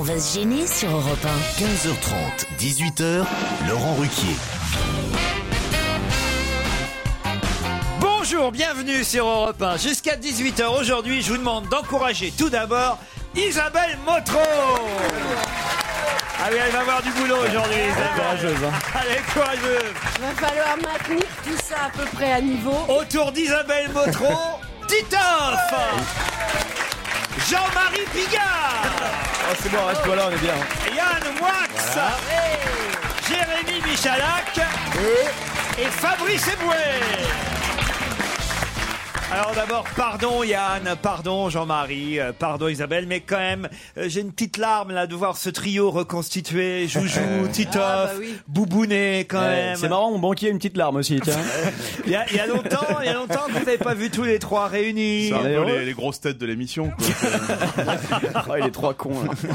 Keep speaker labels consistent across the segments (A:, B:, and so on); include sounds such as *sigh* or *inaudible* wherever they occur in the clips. A: On va se gêner sur Europe
B: 15h30, 18h, Laurent Ruquier.
C: Bonjour, bienvenue sur Europe 1. Jusqu'à 18h aujourd'hui, je vous demande d'encourager tout d'abord Isabelle Motro. Ah oui, elle va avoir du boulot aujourd'hui,
D: Elle est
C: Isabelle.
D: courageuse, hein.
C: Elle est courageuse.
E: Il va falloir maintenir tout ça à peu près à niveau.
C: Autour d'Isabelle Motro,
E: *laughs*
C: Titoff Jean-Marie Pigard
E: *laughs*
D: Ah,
C: C'est bon, reste-toi là, on est bien.
D: hein.
C: Yann Moix Jérémy Michalak et Fabrice Eboué Alors d'abord, pardon Yann, pardon Jean-Marie, euh, pardon Isabelle, mais quand même, euh, j'ai une petite larme là de voir ce trio reconstitué,
D: *laughs*
C: Joujou, Titoff,
A: Ah, bah
C: Boubounet quand
D: Euh. Ouais,
C: même.
D: C'est marrant, mon banquier a une petite larme aussi, *laughs* tiens.
C: Il y, a, il y a longtemps, il y a longtemps que vous n'avez pas vu tous les trois réunis.
F: C'est un peu les, les grosses têtes de l'émission.
D: oh, il est trois cons.
F: hein.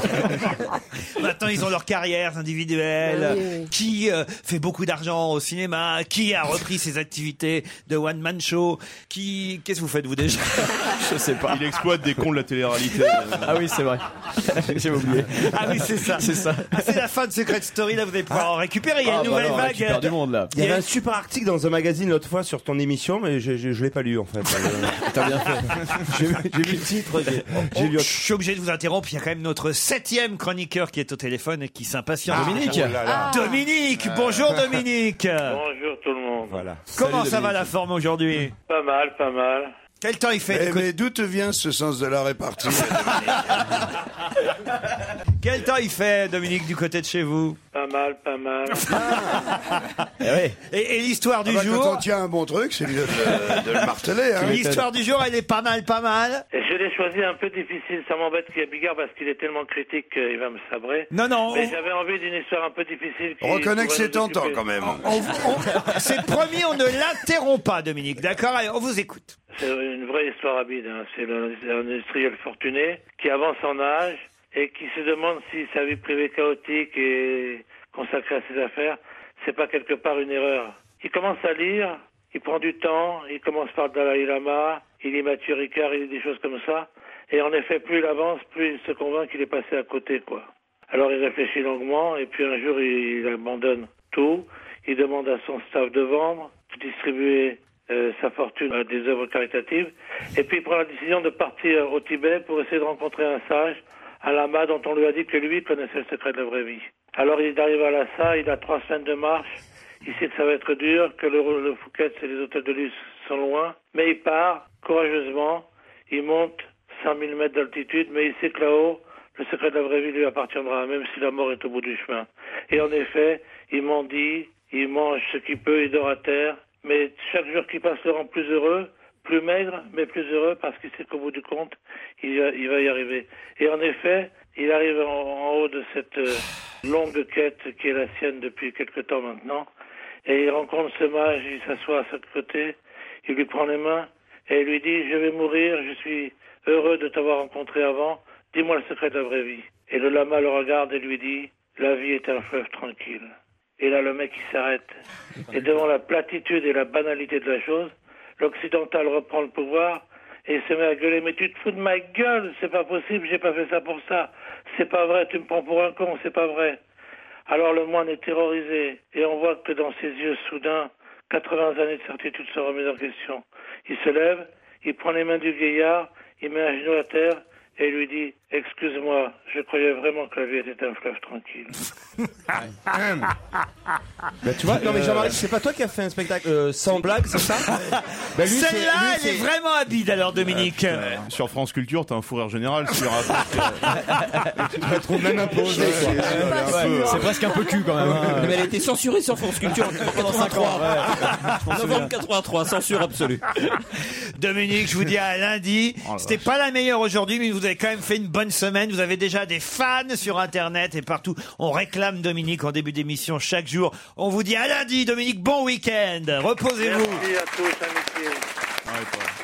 C: Maintenant, ils ont leurs carrières individuelles.
D: Oui, oui, oui.
C: Qui euh, fait beaucoup d'argent au cinéma Qui a repris ses activités de one man show Qui Qu'est-ce que vous faites vous
D: *laughs*
C: déjà
D: *laughs* Je sais pas.
F: Il exploite des cons de la télé-réalité.
D: Ah oui, c'est vrai. *laughs* J'ai oublié.
C: Ah oui, c'est ça.
D: C'est ça.
C: Ah, c'est la fin de Secret Story. Là, vous allez pouvoir en récupérer. Il y a
D: Ah,
C: une
D: bah
C: nouvelle
D: non, on
C: vague.
D: récupère du monde, là.
G: Il y avait un super article dans un magazine l'autre fois sur ton émission, mais je, je, je l'ai pas lu en fait. Euh,
D: T'as bien fait.
G: J'ai j'ai vu le titre. j'ai-
C: Oh, Je suis obligé de vous interrompre. Il y a quand même notre septième chroniqueur qui est au téléphone et qui s'impatiente.
D: Ah, Dominique. oh là là.
H: Ah.
C: Dominique. Bonjour Dominique.
I: Euh. *laughs* Bonjour tout le monde.
G: Voilà.
C: Comment ça va la forme aujourd'hui
I: Pas mal, pas mal.
C: Quel temps il fait
H: Eh, mais d'où te vient ce sens de
C: *laughs*
H: la répartie
C: Quel temps il fait, Dominique, du côté de chez vous
I: Pas mal,
C: *laughs*
I: pas mal.
C: Et, et l'histoire du
H: Ah bah, Quand on
C: jour
H: tient
C: *laughs*
H: un bon truc, c'est mieux de, de le marteler. hein.
C: L'histoire du jour, elle est pas mal, pas mal.
I: Et je l'ai choisi un peu difficile. Ça m'embête qu'il y ait Bigard parce qu'il est tellement critique qu'il va me sabrer.
C: Non, non,
I: Mais
C: on-
I: j'avais envie d'une histoire un peu difficile. qui
H: Reconnais
I: pourrait
H: que c'est
I: nous
H: tentant
I: occuper. *laughs*
H: quand même.
C: On- on- c'est promis, on ne l'interrompt pas, Dominique, d'accord Allez, On vous écoute.
I: C'est une vraie histoire rapide. hein. C'est le- c'est un industriel fortuné qui avance en âge et qui se demande si sa vie privée chaotique et consacrée à ses affaires, c'est pas quelque part une erreur. Il commence à lire, il prend du temps, il commence par le Dalai Lama, il lit Mathieu Ricard, il lit des choses comme ça. Et en effet, plus il avance, plus il se convainc qu'il est passé à côté, quoi. Alors il réfléchit longuement et puis un jour il, il abandonne tout. Il demande à son staff de vendre, de distribuer euh, sa fortune à des œuvres caritatives. Et puis il prend la décision de partir au Tibet pour essayer de rencontrer un sage, un lama dont on lui a dit que lui connaissait le secret de la vraie vie. Alors il arrive à Lhasa, il a trois semaines de marche. Il sait que ça va être dur, que le, le Phuket et les hôtels de luxe sont loin. Mais il part courageusement. Il monte 5000 mètres d'altitude, mais il sait que là-haut, le secret de la vraie vie lui appartiendra, même si la mort est au bout du chemin. Et en effet, il mendie, il mange ce qu'il peut, il dort à terre, mais chaque jour qui passe le rend plus heureux, plus maigre, mais plus heureux, parce qu'il sait qu'au bout du compte, il va, il va y arriver. Et en effet, il arrive en, en haut de cette euh, longue quête qui est la sienne depuis quelque temps maintenant, et il rencontre ce mage, il s'assoit à son côté, il lui prend les mains, et il lui dit, je vais mourir, je suis heureux de t'avoir rencontré avant, Dis-moi le secret de la vraie vie. Et le lama le regarde et lui dit, la vie est un fleuve tranquille. Et là, le mec, il s'arrête. Et devant la platitude et la banalité de la chose, l'occidental reprend le pouvoir et il se met à gueuler, mais tu te fous de ma gueule, c'est pas possible, j'ai pas fait ça pour ça. C'est pas vrai, tu me prends pour un con, c'est pas vrai. Alors le moine est terrorisé et on voit que dans ses yeux soudains, 80 années de certitude sont remises en question. Il se lève, il prend les mains du vieillard, il met un genou à terre et lui dit Excuse-moi, je croyais vraiment que la vie était un fleuve tranquille.
C: Hum.
J: *laughs*
G: Bah, tu vois, non mais Jean-Marie, c'est pas toi qui as fait un spectacle euh, sans blague, c'est ça Bah, lui, c'est- lui,
C: Celle-là, elle
G: c'est-
C: est vraiment habile alors, Dominique.
F: Sur France Culture, t'as un fourreur général. Sur euh,
G: Je trouve même un peu osé, quoi.
D: C'est presque un peu cul quand même. hein.
A: Mais elle a été censurée sur France Culture pendant 5 ans. *laughs* Novembre 83, censure absolue.
C: *laughs*
A: Oh
C: Dominique, je vous dis à lundi. C'était pas la meilleure aujourd'hui, mais vous avez quand même fait une bonne semaine. Vous avez déjà des fans sur Internet et partout. On réclame Dominique en début d'émission chaque jour. On vous dit à lundi, Dominique. Bon week-end. Reposez-vous. *laughs*
I: Merci à tous, amitié.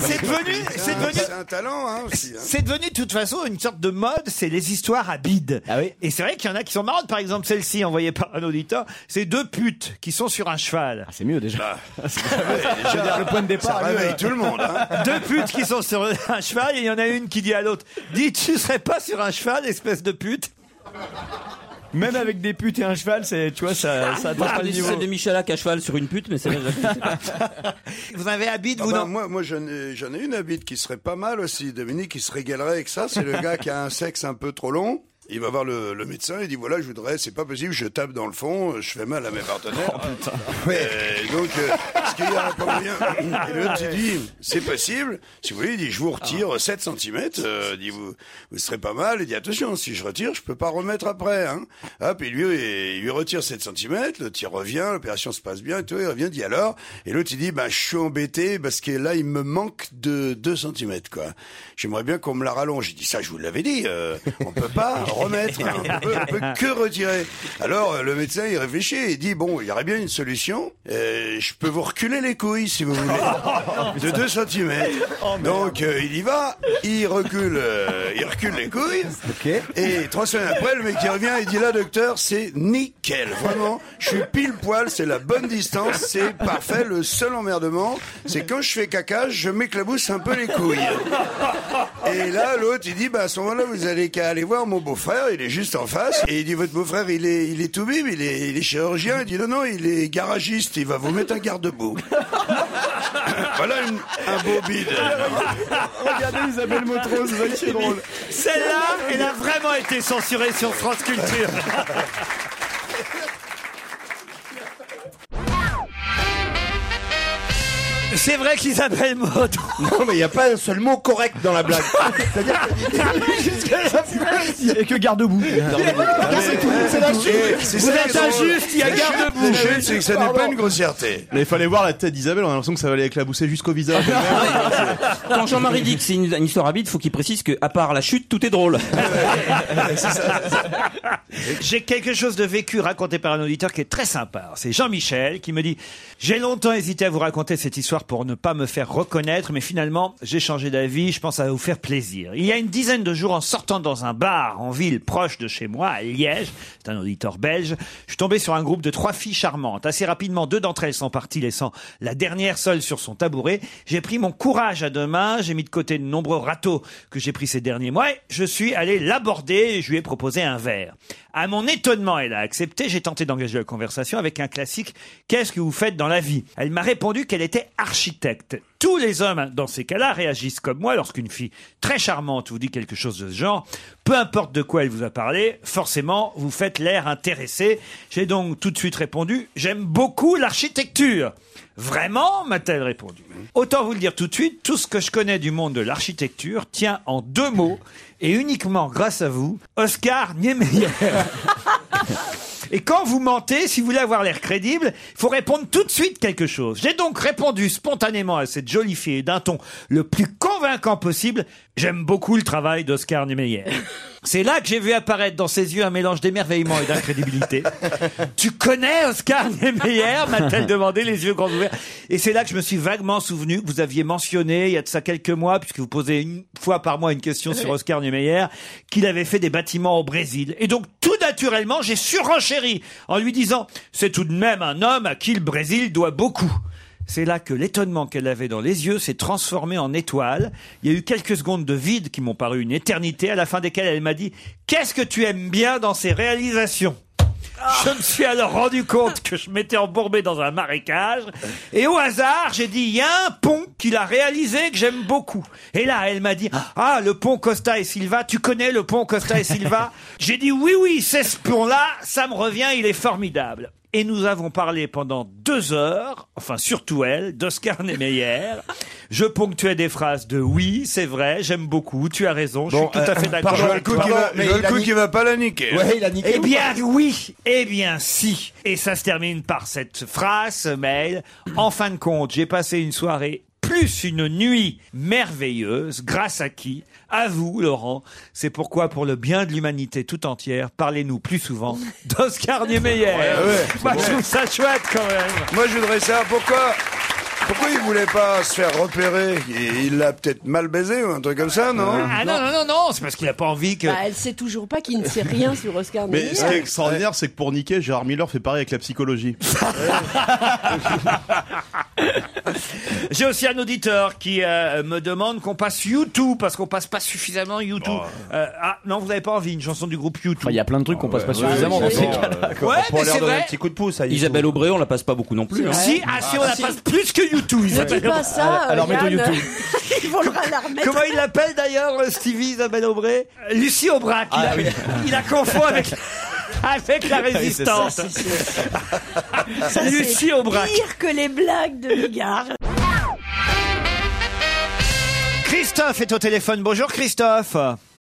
C: C'est devenu, c'est devenu.
H: un talent, hein, aussi. hein.
C: C'est devenu de toute façon une sorte de mode, c'est les histoires à bide.
D: Ah
C: Et c'est vrai qu'il y en a qui sont marrantes, par exemple celle-ci envoyée par un auditeur, c'est deux putes qui sont sur un cheval.
D: Ah, C'est mieux déjà. *laughs*
H: Déjà,
D: Je veux dire, le point de
H: Bah. ça
D: départ. est mieux.
H: réveille tout le monde. hein.
C: *laughs* deux putes qui sont sur un cheval et il y en a une qui dit à l'autre dis tu serais pas sur un cheval espèce de pute
D: Même avec des putes et un cheval, c'est, tu vois, ça, ça atteint
A: Moi, je
D: pas le
A: parlais de
D: niveau.
A: celle de Michalak à cheval sur une pute, mais c'est
C: *laughs* vous avez habite
H: Ah
C: vous
H: ben,
C: non
H: moi, moi j'en ai, j'en ai une habite qui serait pas mal aussi. Dominique, il se régalerait avec ça. C'est le gars qui a un sexe un peu trop long. Il va voir le, le médecin, il dit voilà, je voudrais, c'est pas possible, je tape dans le fond, euh, je fais mal à mes partenaires. Et donc, euh, ce qu'il y a pas moyen. Et l'autre, il dit c'est possible. Si vous voulez, il dit je vous retire 7 cm. il dit vous, vous serez pas mal. Il dit attention, si je retire, je peux pas remettre après. Hein. Hop, il lui, il lui retire 7 cm, le tir revient, l'opération se passe bien, et tout, il revient, il dit alors. Et l'autre, il dit bah, je suis embêté parce que là, il me manque de 2 cm. Quoi. J'aimerais bien qu'on me la rallonge. Il dit ça, je vous l'avais dit, euh, on peut pas remettre, hein, on, peut, on peut que retirer. Alors, euh, le médecin, il réfléchit, il dit bon, il y aurait bien une solution, Euh, je peux vous reculer les couilles si vous voulez, de 2 cm. Donc, euh, il y va, il recule, euh, il recule les couilles. Et trois semaines après, le mec qui revient, il dit là, docteur, c'est nickel. Vraiment, je suis pile poil, c'est la bonne distance, c'est parfait. Le seul emmerdement, c'est quand je fais caca, je m'éclabousse un peu les couilles. Et là, l'autre, il dit, bah, à ce moment-là, vous allez qu'à aller voir mon beau-frère, il est juste en face. Et il dit, votre beau-frère, il est, il est tout bim, il est, il est chirurgien. Il dit, non, non, il est garagiste, il va vous mettre un garde-boue. *coughs* voilà une- un beau bide.
D: *laughs* Regardez Isabelle Motro, c'est vrai que c'est drôle.
C: celle-là elle a vraiment été censurée sur France
D: *laughs*
C: Culture c'est vrai qu'Isabelle Maud
G: *laughs* Non mais il n'y a pas un seul mot correct dans la blague. C'est-à-dire que- jusqu'à la fin, *laughs* il y a-
D: Et que garde-boue.
G: c'est tout, c'est la chute.
H: C'est
C: vous
H: ça qui
C: êtes
H: est drôle.
C: injuste il y a
H: Le
C: garde
H: chute, le chute, c'est que ça n'est pas une grossièreté.
F: Mais il fallait voir la tête d'Isabelle, on a l'impression que ça va aller éclabousser
D: *laughs*
F: jusqu'au visage.
A: Quand Jean-Marie dit que c'est une, une histoire à bide, faut qu'il précise que, à part la chute, tout est
C: Oh
A: drôle.
C: J'ai quelque chose de vécu raconté par un auditeur qui est très sympa. C'est Jean-Michel qui me dit J'ai longtemps hésité à vous raconter cette histoire pour ne pas me faire reconnaître, mais finalement, j'ai changé d'avis. Je pense à vous faire plaisir. Il y a une dizaine de jours, en sortant dans un bar en ville proche de chez moi, à Liège, c'est un auditeur belge, je suis tombé sur un groupe de trois filles charmantes. Assez rapidement, deux d'entre elles sont parties, laissant la dernière seule sur son tabouret. J'ai pris mon courage à deux mains, j'ai mis de côté de nombreux râteaux que j'ai pris ces derniers mois. et Je suis allé l'aborder et je lui ai proposé un verre. À mon étonnement, elle a accepté. J'ai tenté d'engager la conversation avec un classique Qu'est-ce que vous faites dans la vie Elle m'a répondu qu'elle était architecte. Tous les hommes, dans ces cas-là, réagissent comme moi lorsqu'une fille très charmante vous dit quelque chose de ce genre. Peu importe de quoi elle vous a parlé, forcément, vous faites l'air intéressé. J'ai donc tout de suite répondu J'aime beaucoup l'architecture. Vraiment m'a-t-elle répondu. Autant vous le dire tout de suite, tout ce que je connais du monde de l'architecture tient en deux mots, et uniquement grâce à vous, Oscar Niemeyer. *laughs* Et quand vous mentez, si vous voulez avoir l'air crédible, il faut répondre tout de suite quelque chose. J'ai donc répondu spontanément à cette jolie fille d'un ton le plus convaincant possible. J'aime beaucoup le travail d'Oscar Niemeyer. C'est là que j'ai vu apparaître dans ses yeux un mélange d'émerveillement et d'incrédulité. tu connais Oscar Niemeyer m'a-t-elle demandé, les yeux grands ouverts. Et c'est là que je me suis vaguement souvenu que vous aviez mentionné, il y a de ça quelques mois, puisque vous posez une fois par mois une question sur Oscar Niemeyer, qu'il avait fait des bâtiments au Brésil. Et donc, tout naturellement, j'ai surenchéri en lui disant, c'est tout de même un homme à qui le Brésil doit beaucoup. C'est là que l'étonnement qu'elle avait dans les yeux s'est transformé en étoile. Il y a eu quelques secondes de vide qui m'ont paru une éternité, à la fin desquelles elle m'a dit Qu'est-ce que tu aimes bien dans ces réalisations je me suis alors rendu compte que je m'étais embourbé dans un marécage et au hasard j'ai dit il y a un pont qu'il a réalisé que j'aime beaucoup et là elle m'a dit ah le pont Costa et Silva tu connais le pont Costa et
H: *laughs*
C: Silva j'ai dit oui oui c'est ce pont là ça me revient il est formidable et nous avons parlé pendant deux heures, enfin surtout elle, d'Oscar Niemeyer.
H: *laughs*
C: Je ponctuais des phrases de oui, c'est vrai, j'aime beaucoup, tu as raison, je suis
H: Bon,
C: tout
H: euh,
C: à fait d'accord.
H: pardon,
C: avec
H: je vois le coup
C: toi.
H: qu'il va- je vois le coup qu'il va pas la niquer. Ouais, il a niqué
C: Eh
H: ou
C: bien
H: pas
C: oui, eh bien si. Et ça se termine par cette phrase, ce mail. En fin de compte, j'ai passé une soirée plus une nuit merveilleuse, grâce à qui À vous, Laurent. C'est pourquoi, pour le bien de l'humanité tout entière, parlez-nous plus
H: *laughs*
C: souvent d'Oscar Niemeyer. Moi, je trouve ça chouette quand même.
H: Moi, je voudrais savoir pourquoi. Pourquoi il voulait pas se faire repérer Il il l'a peut-être mal baisé ou un truc comme ça, non
C: Ah non, non, non, non, c'est parce qu'il a pas envie que.
E: Bah, elle sait toujours pas qu'il ne sait rien sur Oscar
F: Mais
E: Niemeyer.
F: ce qui est extraordinaire, c'est que pour niquer, Gérard Miller fait pareil avec la psychologie.
C: J'ai aussi un auditeur qui euh, me demande qu'on passe YouTube parce qu'on passe pas suffisamment YouTube.
H: Oh.
C: ah non, vous n'avez pas envie une chanson du groupe YouTube.
D: Ah,
C: Il
G: y a plein de trucs qu'on passe
C: pas suffisamment dans ces cas-là, quoi. Ouais, mais c'est vrai.
G: coup de pouce. à YouTube.
A: Isabelle Aubray, on la passe pas beaucoup non plus. hein.
C: Si, ah, si, on la passe plus que YouTube.
A: Ne dis pas ça, euh,
C: mettons
A: Yann.
E: Ils vont le la remettre.
C: Comment il l'appelle d'ailleurs, euh, Stevie Isabelle Aubray Euh, Lucie Aubrac.
J: Ah
C: il, a, il la
J: *laughs*
C: confond *laughs* avec, avec la
E: Oui, c'est ça.
C: résistance.
E: Ça, Ça, c'est
C: Lucie Aubrac.
E: Pire que les blagues de Bigard.
C: Christophe est au téléphone. Bonjour Christophe.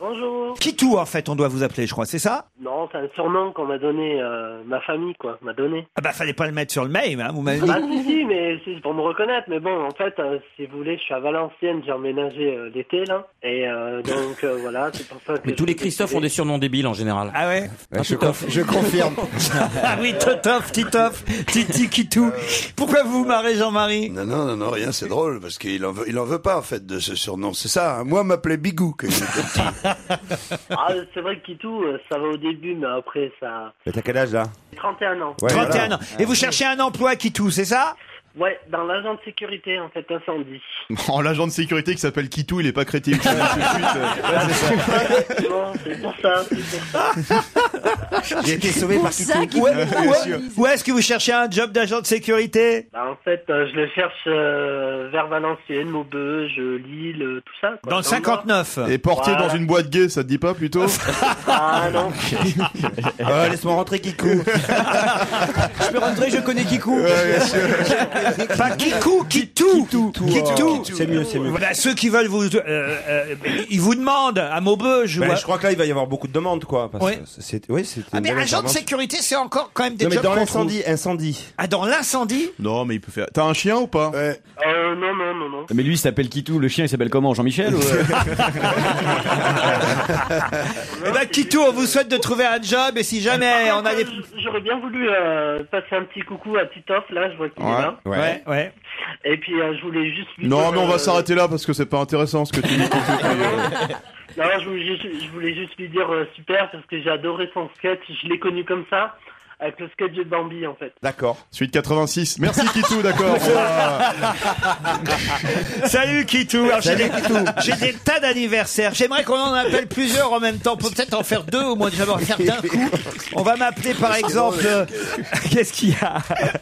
E: Bonjour.
C: Kitou, en fait, on doit vous appeler, je crois, c'est ça
K: Non, c'est un surnom qu'on m'a donné, euh, ma famille, quoi, m'a donné.
C: Ah bah, fallait pas le mettre sur le mail, hein, vous m'avez dit.
K: Bah, si, si, mais si, c'est pour me reconnaître. Mais bon, en fait, euh, si vous voulez, je suis à Valenciennes, j'ai emménagé euh, l'été, là. Et euh, donc, euh, voilà,
C: *laughs*
K: c'est pour ça que...
A: Mais tous les Christophe ont des surnoms débiles en général.
C: Ah ouais
A: je, *laughs*
C: confirme. *laughs* ah oui, Totof, Titoff, Titi, Kitou. Pourquoi vous vous marrez, Jean-Marie
H: Non, non, non, non, rien, c'est drôle, parce qu'il en veut, il en veut pas, en fait, de ce surnom. C'est ça, hein. moi, on m'appelait Bigou. quand j'étais petit.
K: Ah, c'est vrai que Kitou, euh, ça va au début, mais après, ça...
G: Mais t'as quel âge là
K: 31 ans.
C: 31 ans. Et vous cherchez un emploi, Kitou, c'est ça
K: Ouais, dans l'agent de sécurité, en fait, incendie.
F: En Oh, l'agent de sécurité qui s'appelle Kitou, il est pas crétin. Ça, tout de
C: Ah,
F: suite, euh,
K: *laughs* Exactement, c'est pour ça, c'est pour ça.
C: J'ai été
K: sauvé C'est pour par Kitou. ça qu'il
C: Où, est-
K: faut
C: où est-
K: le
C: où est-ce que vous cherchez un job d'agent de sécurité
K: Bah, en fait, euh, je le cherche euh, vers Valenciennes, Maubeuge, Lille, euh, tout ça. Quoi.
C: Dans le 59.
F: Et porté
K: Voilà.
F: dans une boîte gay, ça te dit pas plutôt
K: Ah
D: *laughs*
K: non.
F: *laughs* Oh,
G: Euh, Laisse-moi rentrer, Kikou.
C: *laughs* Je peux rentrer, je connais Kikou. *laughs* Pas Kikou, Kitou. Kitou.
G: Kitou. C'est mieux, c'est mieux.
C: Voilà, ceux qui veulent vous. euh, euh, ils vous demandent Ah, à Maubeuge. ou
G: Ben,
C: à-
G: je crois que là, il va y avoir beaucoup de demandes, quoi. Parce
C: Ouais.
G: que c'est- oui, c'était
C: Ah,
G: une
C: mais
G: belle
C: agent de
G: intervention.
C: sécurité, c'est encore quand même des
G: Non, mais
C: jobs
G: dans
C: qu'on
G: l'incendie,
C: trouve.
G: incendie.
C: Ah, dans l'incendie
F: Non, mais il peut faire. T'as un chien ou pas
K: Euh, non, non, non, non.
D: Mais lui, il s'appelle Kitou. Le chien, il s'appelle comment Jean-Michel
C: *laughs*
D: ou, euh
C: Eh ben, Kitou, on vous souhaite de trouver un job et si jamais Eh, on a des.
K: J'aurais bien voulu euh, passer un petit coucou à Titoff, là, je vois qu'il est là.
C: ouais, ouais.
K: Et puis, euh, je voulais juste... lui
F: Non,
K: dire,
F: mais on
K: euh,
F: va s'arrêter là parce que c'est pas intéressant ce que tu dis.
K: *laughs* Non, euh, je voulais, juste- je voulais juste lui dire euh, super parce que j'ai adoré son sketch, je l'ai connu comme ça. avec le sketch de Bambi en fait.
F: D'accord. Suite 86. Merci Kitou, d'accord. On va-
C: Salut Kitou. Alors, J'ai des,
F: Salut, Kitou.
C: *laughs* j'ai des tas d'anniversaires. J'aimerais qu'on en appelle plusieurs en même temps. On peut peut-être en faire deux au moins déjà. On va en faire d'un coup. On va m'appeler par
H: C'est
C: exemple.
H: drôle.
C: euh, *laughs* Qu'est-ce qu'il y a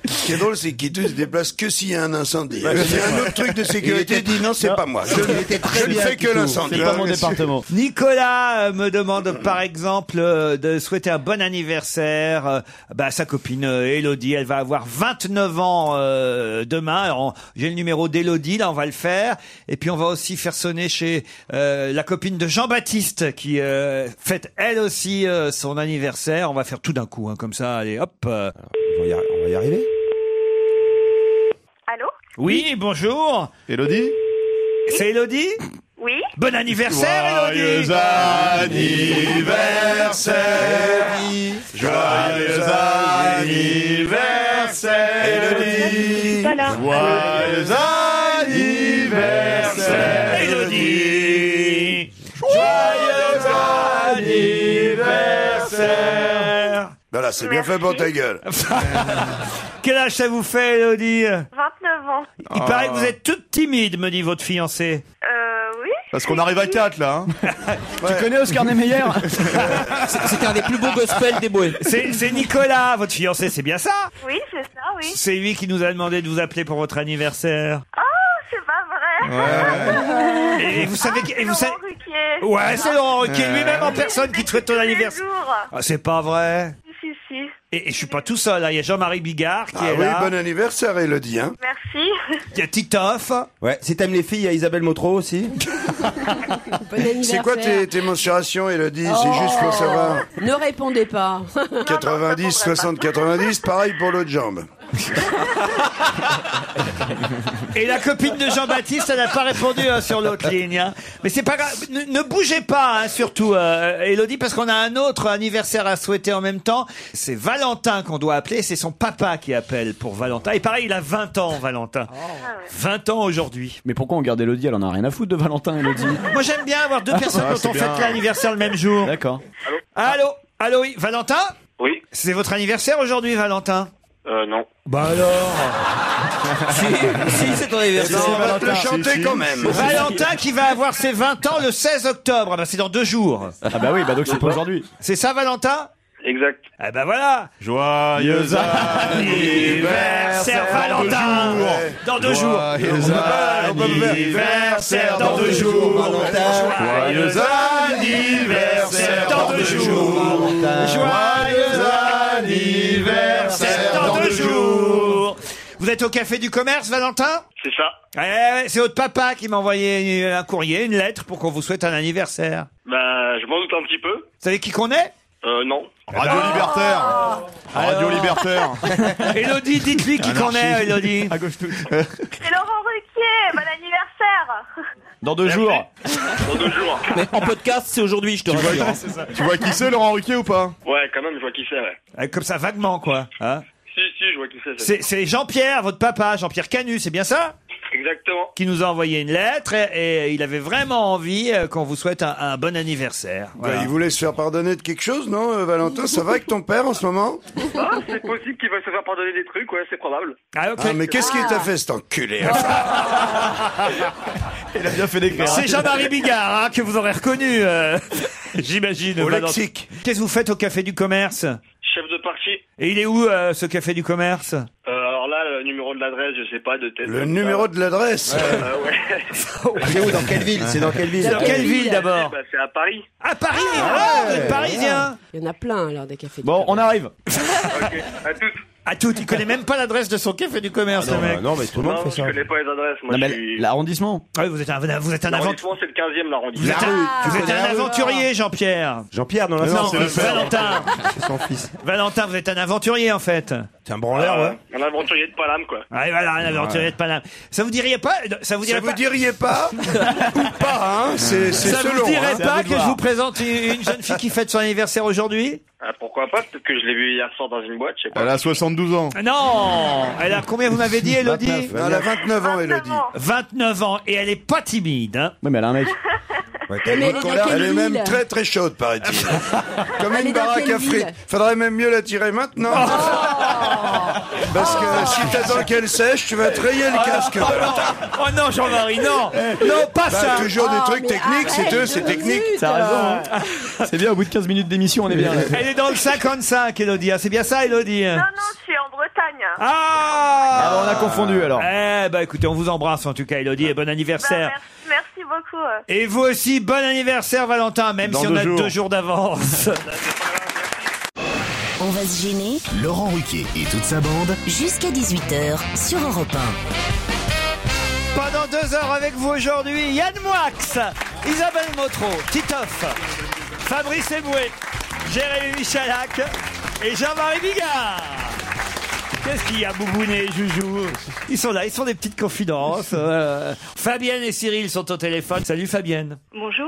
H: Ce qui est drôle, c'est qu'il se déplace que s'il y a un incendie.
C: Ouais,
H: C'est
C: c'est
H: un
C: vrai.
H: autre truc de sécurité
C: Il
H: il dit non, c'est pas moi. Je, je ne fais que l'incendie.
C: Nicolas euh, me demande par exemple euh, de souhaiter un bon anniversaire euh, bah, à sa copine euh, Elodie. Elle va avoir 29 ans euh, demain. Alors, on- J'ai le numéro d'Elodie, là on va le faire. Et puis on va aussi faire sonner chez euh, la copine de Jean-Baptiste qui euh, fête elle aussi euh, son anniversaire. On va faire tout d'un coup, hein, comme ça. Allez, hop. euh.
G: On va y, arri- on va y arriver.
C: Oui, bonjour.
F: Elodie
C: C'est Elodie
E: Oui.
C: Bon anniversaire, Elodie
F: Joyeux anniversaire Joyeux anniversaire Elodie Joyeux anniversaire
C: Elodie
F: Joyeux
H: anniversaire Voilà, c'est bien fait pour ta gueule.
C: Quel âge ça vous fait, Elodie
E: 29 ans.
C: Il
F: Ah.
J: Ah,
C: paraît que vous êtes toute timide, me dit votre fiancé.
E: Euh, oui.
F: Parce qu'on arrive à 4 là. hein.
C: *laughs* Tu connais Oscar Niemeyer *laughs* C'était un des plus beaux gospels des Boé. C'est Nicolas, votre fiancé, c'est bien ça
E: Oui, c'est ça, oui.
C: C'est lui qui nous a demandé de vous appeler pour votre anniversaire.
E: Oh, c'est pas vrai. *laughs*
C: Et vous savez
E: Ah,
C: que- et
E: c'est
C: vous savez-
E: Laurent Ruquier.
C: Ouais, c'est Laurent Ruquier,
E: Euh.
C: lui-même en personne qui te souhaite ton anniversaire.
E: Bonjour.
C: Ah, c'est pas vrai.
E: Si, si.
C: Et, et je suis pas tout seul, hein, il y a Jean-Marie Bigard qui
H: Ah
C: est
H: oui,
C: là.
H: bon
L: Ah,
H: anniversaire, Elodie. Hein.
E: Merci.
C: Il y a Titoff.
G: Ouais, si t'aimes les filles, il y a Isabelle Motro
E: *laughs*
G: aussi.
H: C'est quoi tes, tes mensurations, Elodie C'est juste pour savoir.
M: Oh, Ne répondez pas.
H: 90, 60, 90, pareil pour l'autre jambe.
C: Et la copine de Jean-Baptiste, elle n'a pas répondu hein, sur l'autre ligne. hein. Mais c'est pas grave. Ne, ne bougez pas, hein, surtout, euh, Elodie, parce qu'on a un autre anniversaire à souhaiter en même temps. C'est Valentin qu'on doit appeler. C'est son papa qui appelle pour Valentin. Et pareil, il a 20 ans,
K: Ah
C: Valentin. 20 ans aujourd'hui.
D: Mais pourquoi on garde Elodie Elle en a rien à foutre de Valentin, Elodie.
C: *laughs* Moi, j'aime bien avoir deux personnes
D: Ah,
C: dont
D: c'est
C: on
D: bien.
C: fête l'anniversaire le même jour.
D: D'accord.
C: Allô Allô, oui. Valentin
L: Oui.
C: C'est votre anniversaire aujourd'hui, Valentin
L: Euh, non.
C: Bah alors
H: *laughs*
C: Si, si c'est ton anniversaire.
H: Non, on va te le chanter
C: Si, si.
H: quand même.
C: Valentin qui va avoir ses 20 ans le 16 octobre. Ah bah c'est dans deux jours. Ah bah oui, bah donc c'est pas aujourd'hui. C'est ça, Valentin
L: Exact.
C: Ah bah voilà.
F: Joyeux
C: anniversaire, Valentin. Dans deux jours.
F: Joyeux anniversaire dans deux jours. Joyeux anniversaire dans deux jours. Joyeux anniversaire
C: dans deux jours. Vous êtes au café du commerce, Valentin
L: C'est ça.
C: Eh ouais, c'est votre papa qui m'a envoyé un courrier, une lettre pour qu'on vous souhaite un anniversaire.
L: Bah, je m'en doute un petit peu.
C: Vous savez qui qu'on est Ah.
L: Euh, non.
F: Radio Libertaire. Radio Libertaire.
C: *laughs* Elodie, dites-lui qui qu'on est,
F: Anarchie.
C: Elodie.
F: À gauche
C: *laughs*
F: toute.
E: C'est Laurent Ruquier. Bon anniversaire. *laughs*
D: Dans
L: Ben,
D: deux jours.
L: Dans deux jours.
D: Mais en podcast, c'est aujourd'hui, je te
F: vois-
D: rassure. hein.
F: Tu vois qui c'est, Laurent Ruquier ou pas
L: Ouais, quand même, je vois qui c'est, ouais.
C: Euh, Comme ça, vaguement, quoi. hein.
L: Si, si, je vois qui c'est.
C: C'est c'est Jean-Pierre, votre papa, Jean-Pierre Canu, c'est bien ça
L: Exactement.
C: Qui nous a envoyé une lettre et, et il avait vraiment envie euh, qu'on vous souhaite un, un bon anniversaire. Voilà.
H: Bah, il voulait se faire pardonner de quelque chose, non, euh, Valentin Ça va avec ton père en ce moment
L: Ah, c'est possible qu'il va se faire pardonner des trucs, ouais, c'est probable.
H: Ah, mais qu'est-ce qu'il t'a fait cet enculé
C: Ah.
F: Il a bien fait d'écrire.
C: C'est Jean-Marie Bigard hein, que vous aurez reconnu, euh, *laughs* j'imagine.
L: Au
C: Valentin.
L: lexique.
C: Qu'est-ce que vous faites au café du commerce
L: Chef de parti.
C: Et il est où euh, ce café du commerce
L: Euh, alors là, le numéro de l'adresse, je sais pas, de tête.
H: Le numéro de l'adresse
L: Euh, Ah. ouais.
G: *laughs* C'est où Dans quelle ville C'est dans quelle ville
C: Dans quelle ville d'abord
L: Bah, c'est à Paris.
C: À Paris
G: Ah,
C: ah, vous êtes parisien
M: Il y en a plein alors des cafés.
D: Bon, on
L: *laughs*
D: arrive.
C: À toutes, il connaît même pas l'adresse de son café du commerce,
G: non,
C: le Ah, mec.
G: bah, non, mais tout le monde
L: Non,
G: fait
L: je
G: ça.
L: connais pas les adresses, moi.
D: Non, mais
L: je suis...
D: l'arrondissement.
C: Ah oui, vous êtes un, vous êtes un avant-
L: L'arrondissement, c'est le 15e,
C: Vous êtes
L: l'arrondissement.
C: un, vous êtes un aventurier, Jean-Pierre.
G: Ah, Jean-Pierre, non, là,
C: Non,
G: c'est
C: euh,
G: le frère.
C: Valentin.
G: C'est son fils.
C: Valentin, vous êtes un aventurier en fait.
G: C'est un branleur, ouais.
L: Un aventurier de Palame, quoi.
C: Ah, et voilà, un aventurier
G: Ouais.
C: de Paname. Ça vous diriez pas euh, Ça vous
H: Ça
C: dirait
H: vous
C: pas *laughs*
H: diriez pas Ou pas, hein C'est c'est
C: Ça
H: selon.
C: vous dirait
H: hein.
C: pas que je vous présente une une jeune fille qui fête son anniversaire aujourd'hui
L: Ah, pourquoi pas Peut-être que je l'ai vu hier soir dans une boîte, je sais pas.
F: Elle a 72 ans.
C: Ah Non Elle a combien vous m'avez dit, Elodie
H: Non, Elle a 29 ans, Elodie.
C: 29 ans et elle est pas timide. hein.
D: Oui, mais elle a un mec.
H: Elle,
M: Mais elle est dans quelle
H: est même
M: ville
H: très très chaude, paraît-il. Comme
M: Elle
H: une
M: est dans
H: baraque
M: quelle
H: à frites.
M: ville
H: Faudrait même mieux la tirer maintenant.
C: Oh.
H: Parce que si t'attends qu'elle sèche, tu vas te rayer le casque. Valentin.
C: Oh *laughs* non, Jean-Marie, non Non, pas
H: Bah,
C: ça Oh,
H: Toujours des trucs techniques, c'est eux, c'est technique.
D: T'as raison. *laughs* hein. C'est bien, au bout de 15 minutes d'émission, on est bien.
C: Elle est dans le 55, Elodie. hein. C'est bien ça, Elodie hein
E: Non, non, je suis en Bretagne.
C: Ah,
D: on a confondu, alors.
C: Eh ben écoutez, on vous embrasse en tout cas, Elodie, et bon anniversaire.
E: Merci beaucoup. euh.
C: Et vous aussi, bon anniversaire, Valentin, même
B: Dans
C: si on
B: deux
C: a
B: jours.
C: deux jours d'avance. *laughs*
B: On va se gêner. Laurent Ruquier et toute sa bande. Jusqu'à 18h sur Europe
C: Pendant deux heures avec vous aujourd'hui, Yann Moix, Isabelle Motro, Titoff, Fabrice Eboué, Jérémy Chalac et Jean-Marie Bigard. Qu'est-ce qu'il y a, Boubounet et Joujou Ils sont là, ils sont des petites confidences. euh. Fabienne et Cyril sont au téléphone. Salut Fabienne.
E: Bonjour.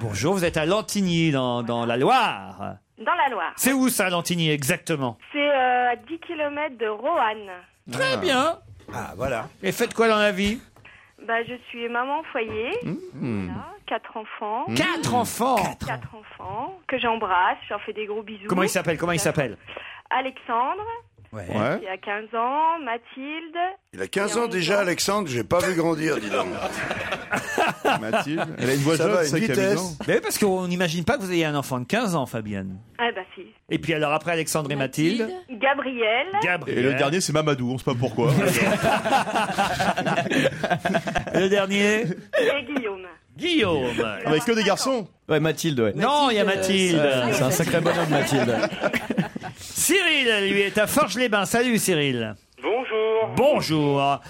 C: Bonjour, vous êtes à Lantigny, dans, dans la Loire.
E: Dans la Loire.
C: C'est où ça, Lantigny, exactement
E: C'est euh, à 10 km de Roanne.
C: Très bien. Ah, voilà. Et faites quoi dans la vie
E: Bah, je suis maman au foyer, quatre enfants.
C: Mmh. Quatre enfants Hmm. Quatre.
E: Quatre enfants que j'embrasse, je leur fais des gros bisous.
C: Comment il s'appelle Comment il s'appelle
E: Alexandre, qui a 15 ans, Mathilde.
H: Il a 15 ans déjà, Alexandre, j'ai pas vu grandir, dis donc.
F: Mathilde,
H: elle a une voix Ça jeune, va, une c'est qu'elle a vitesse. 12 ans.
C: Mais oui, parce qu'on n'imagine pas que vous ayez un enfant de 15 ans, Fabienne.
E: Ah bah si.
C: Et puis alors après Alexandre et Mathilde,
E: Gabriel.
C: Gabriel.
F: Et le dernier, c'est Mamadou, on sait pas pourquoi.
C: le dernier
E: Et Guillaume.
C: Guillaume.
D: Avec Ah, que des garçons Ouais, Mathilde, ouais.
C: Non, il y a Mathilde.
D: Ouais, C'est un sacré bonhomme, Mathilde.
C: *laughs* Cyril, lui, est à Forges-les-Bains. Salut Cyril.
L: Bonjour.
C: Bonjour.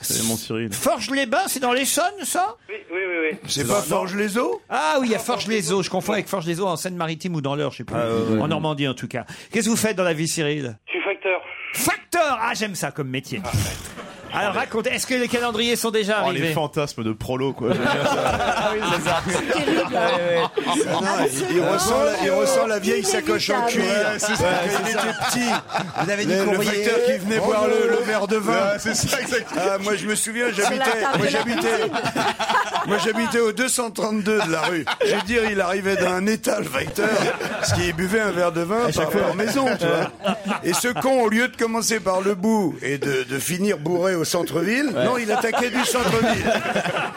F: C'est mon Cyril.
C: Forges-les-Bains, c'est dans l'Essonne, ça
L: Oui, oui, oui. oui.
H: C'est pas Forge les eaux
C: Ah oui, il y a Forges-les-Eaux. Je confonds avec Forges-les-Eaux en Seine-Maritime ou dans l'Eure, je sais plus.
H: Ah,
C: en Normandie, en tout cas. Qu'est-ce que vous faites dans la vie, Cyril
L: Je suis facteur.
C: Facteur Ah, j'aime ça comme métier. Alors racontez, est-ce que les calendriers sont déjà
F: Oh,
C: arrivés
F: les fantasmes de prolo, quoi.
H: Ah non, il- il, ressent la, il ressent la vieille sacoche en cuir.
F: Ouais, c'est ça,
H: Ouais,
F: c'est
H: il
F: ça.
H: était petit.
F: Vous avez du
H: le, le
F: courrier.
H: facteur qui venait
F: Bonjour.
H: boire le, le verre de vin.
F: Ouais, c'est ça, exactement.
H: Ah, moi, je me souviens,
F: Sur la
H: j'habitais.
F: table
H: Moi,
F: de la
H: j'habitais. Moi, j'habitais au 232 de la rue. Je veux dire, il arrivait d'un étal facteur, parce qu'il buvait un verre de vin par, par maison, tu vois. Et ce con, au lieu de commencer par le bout et de, de finir bourré au centre-ville, non, il attaquait du centre-ville.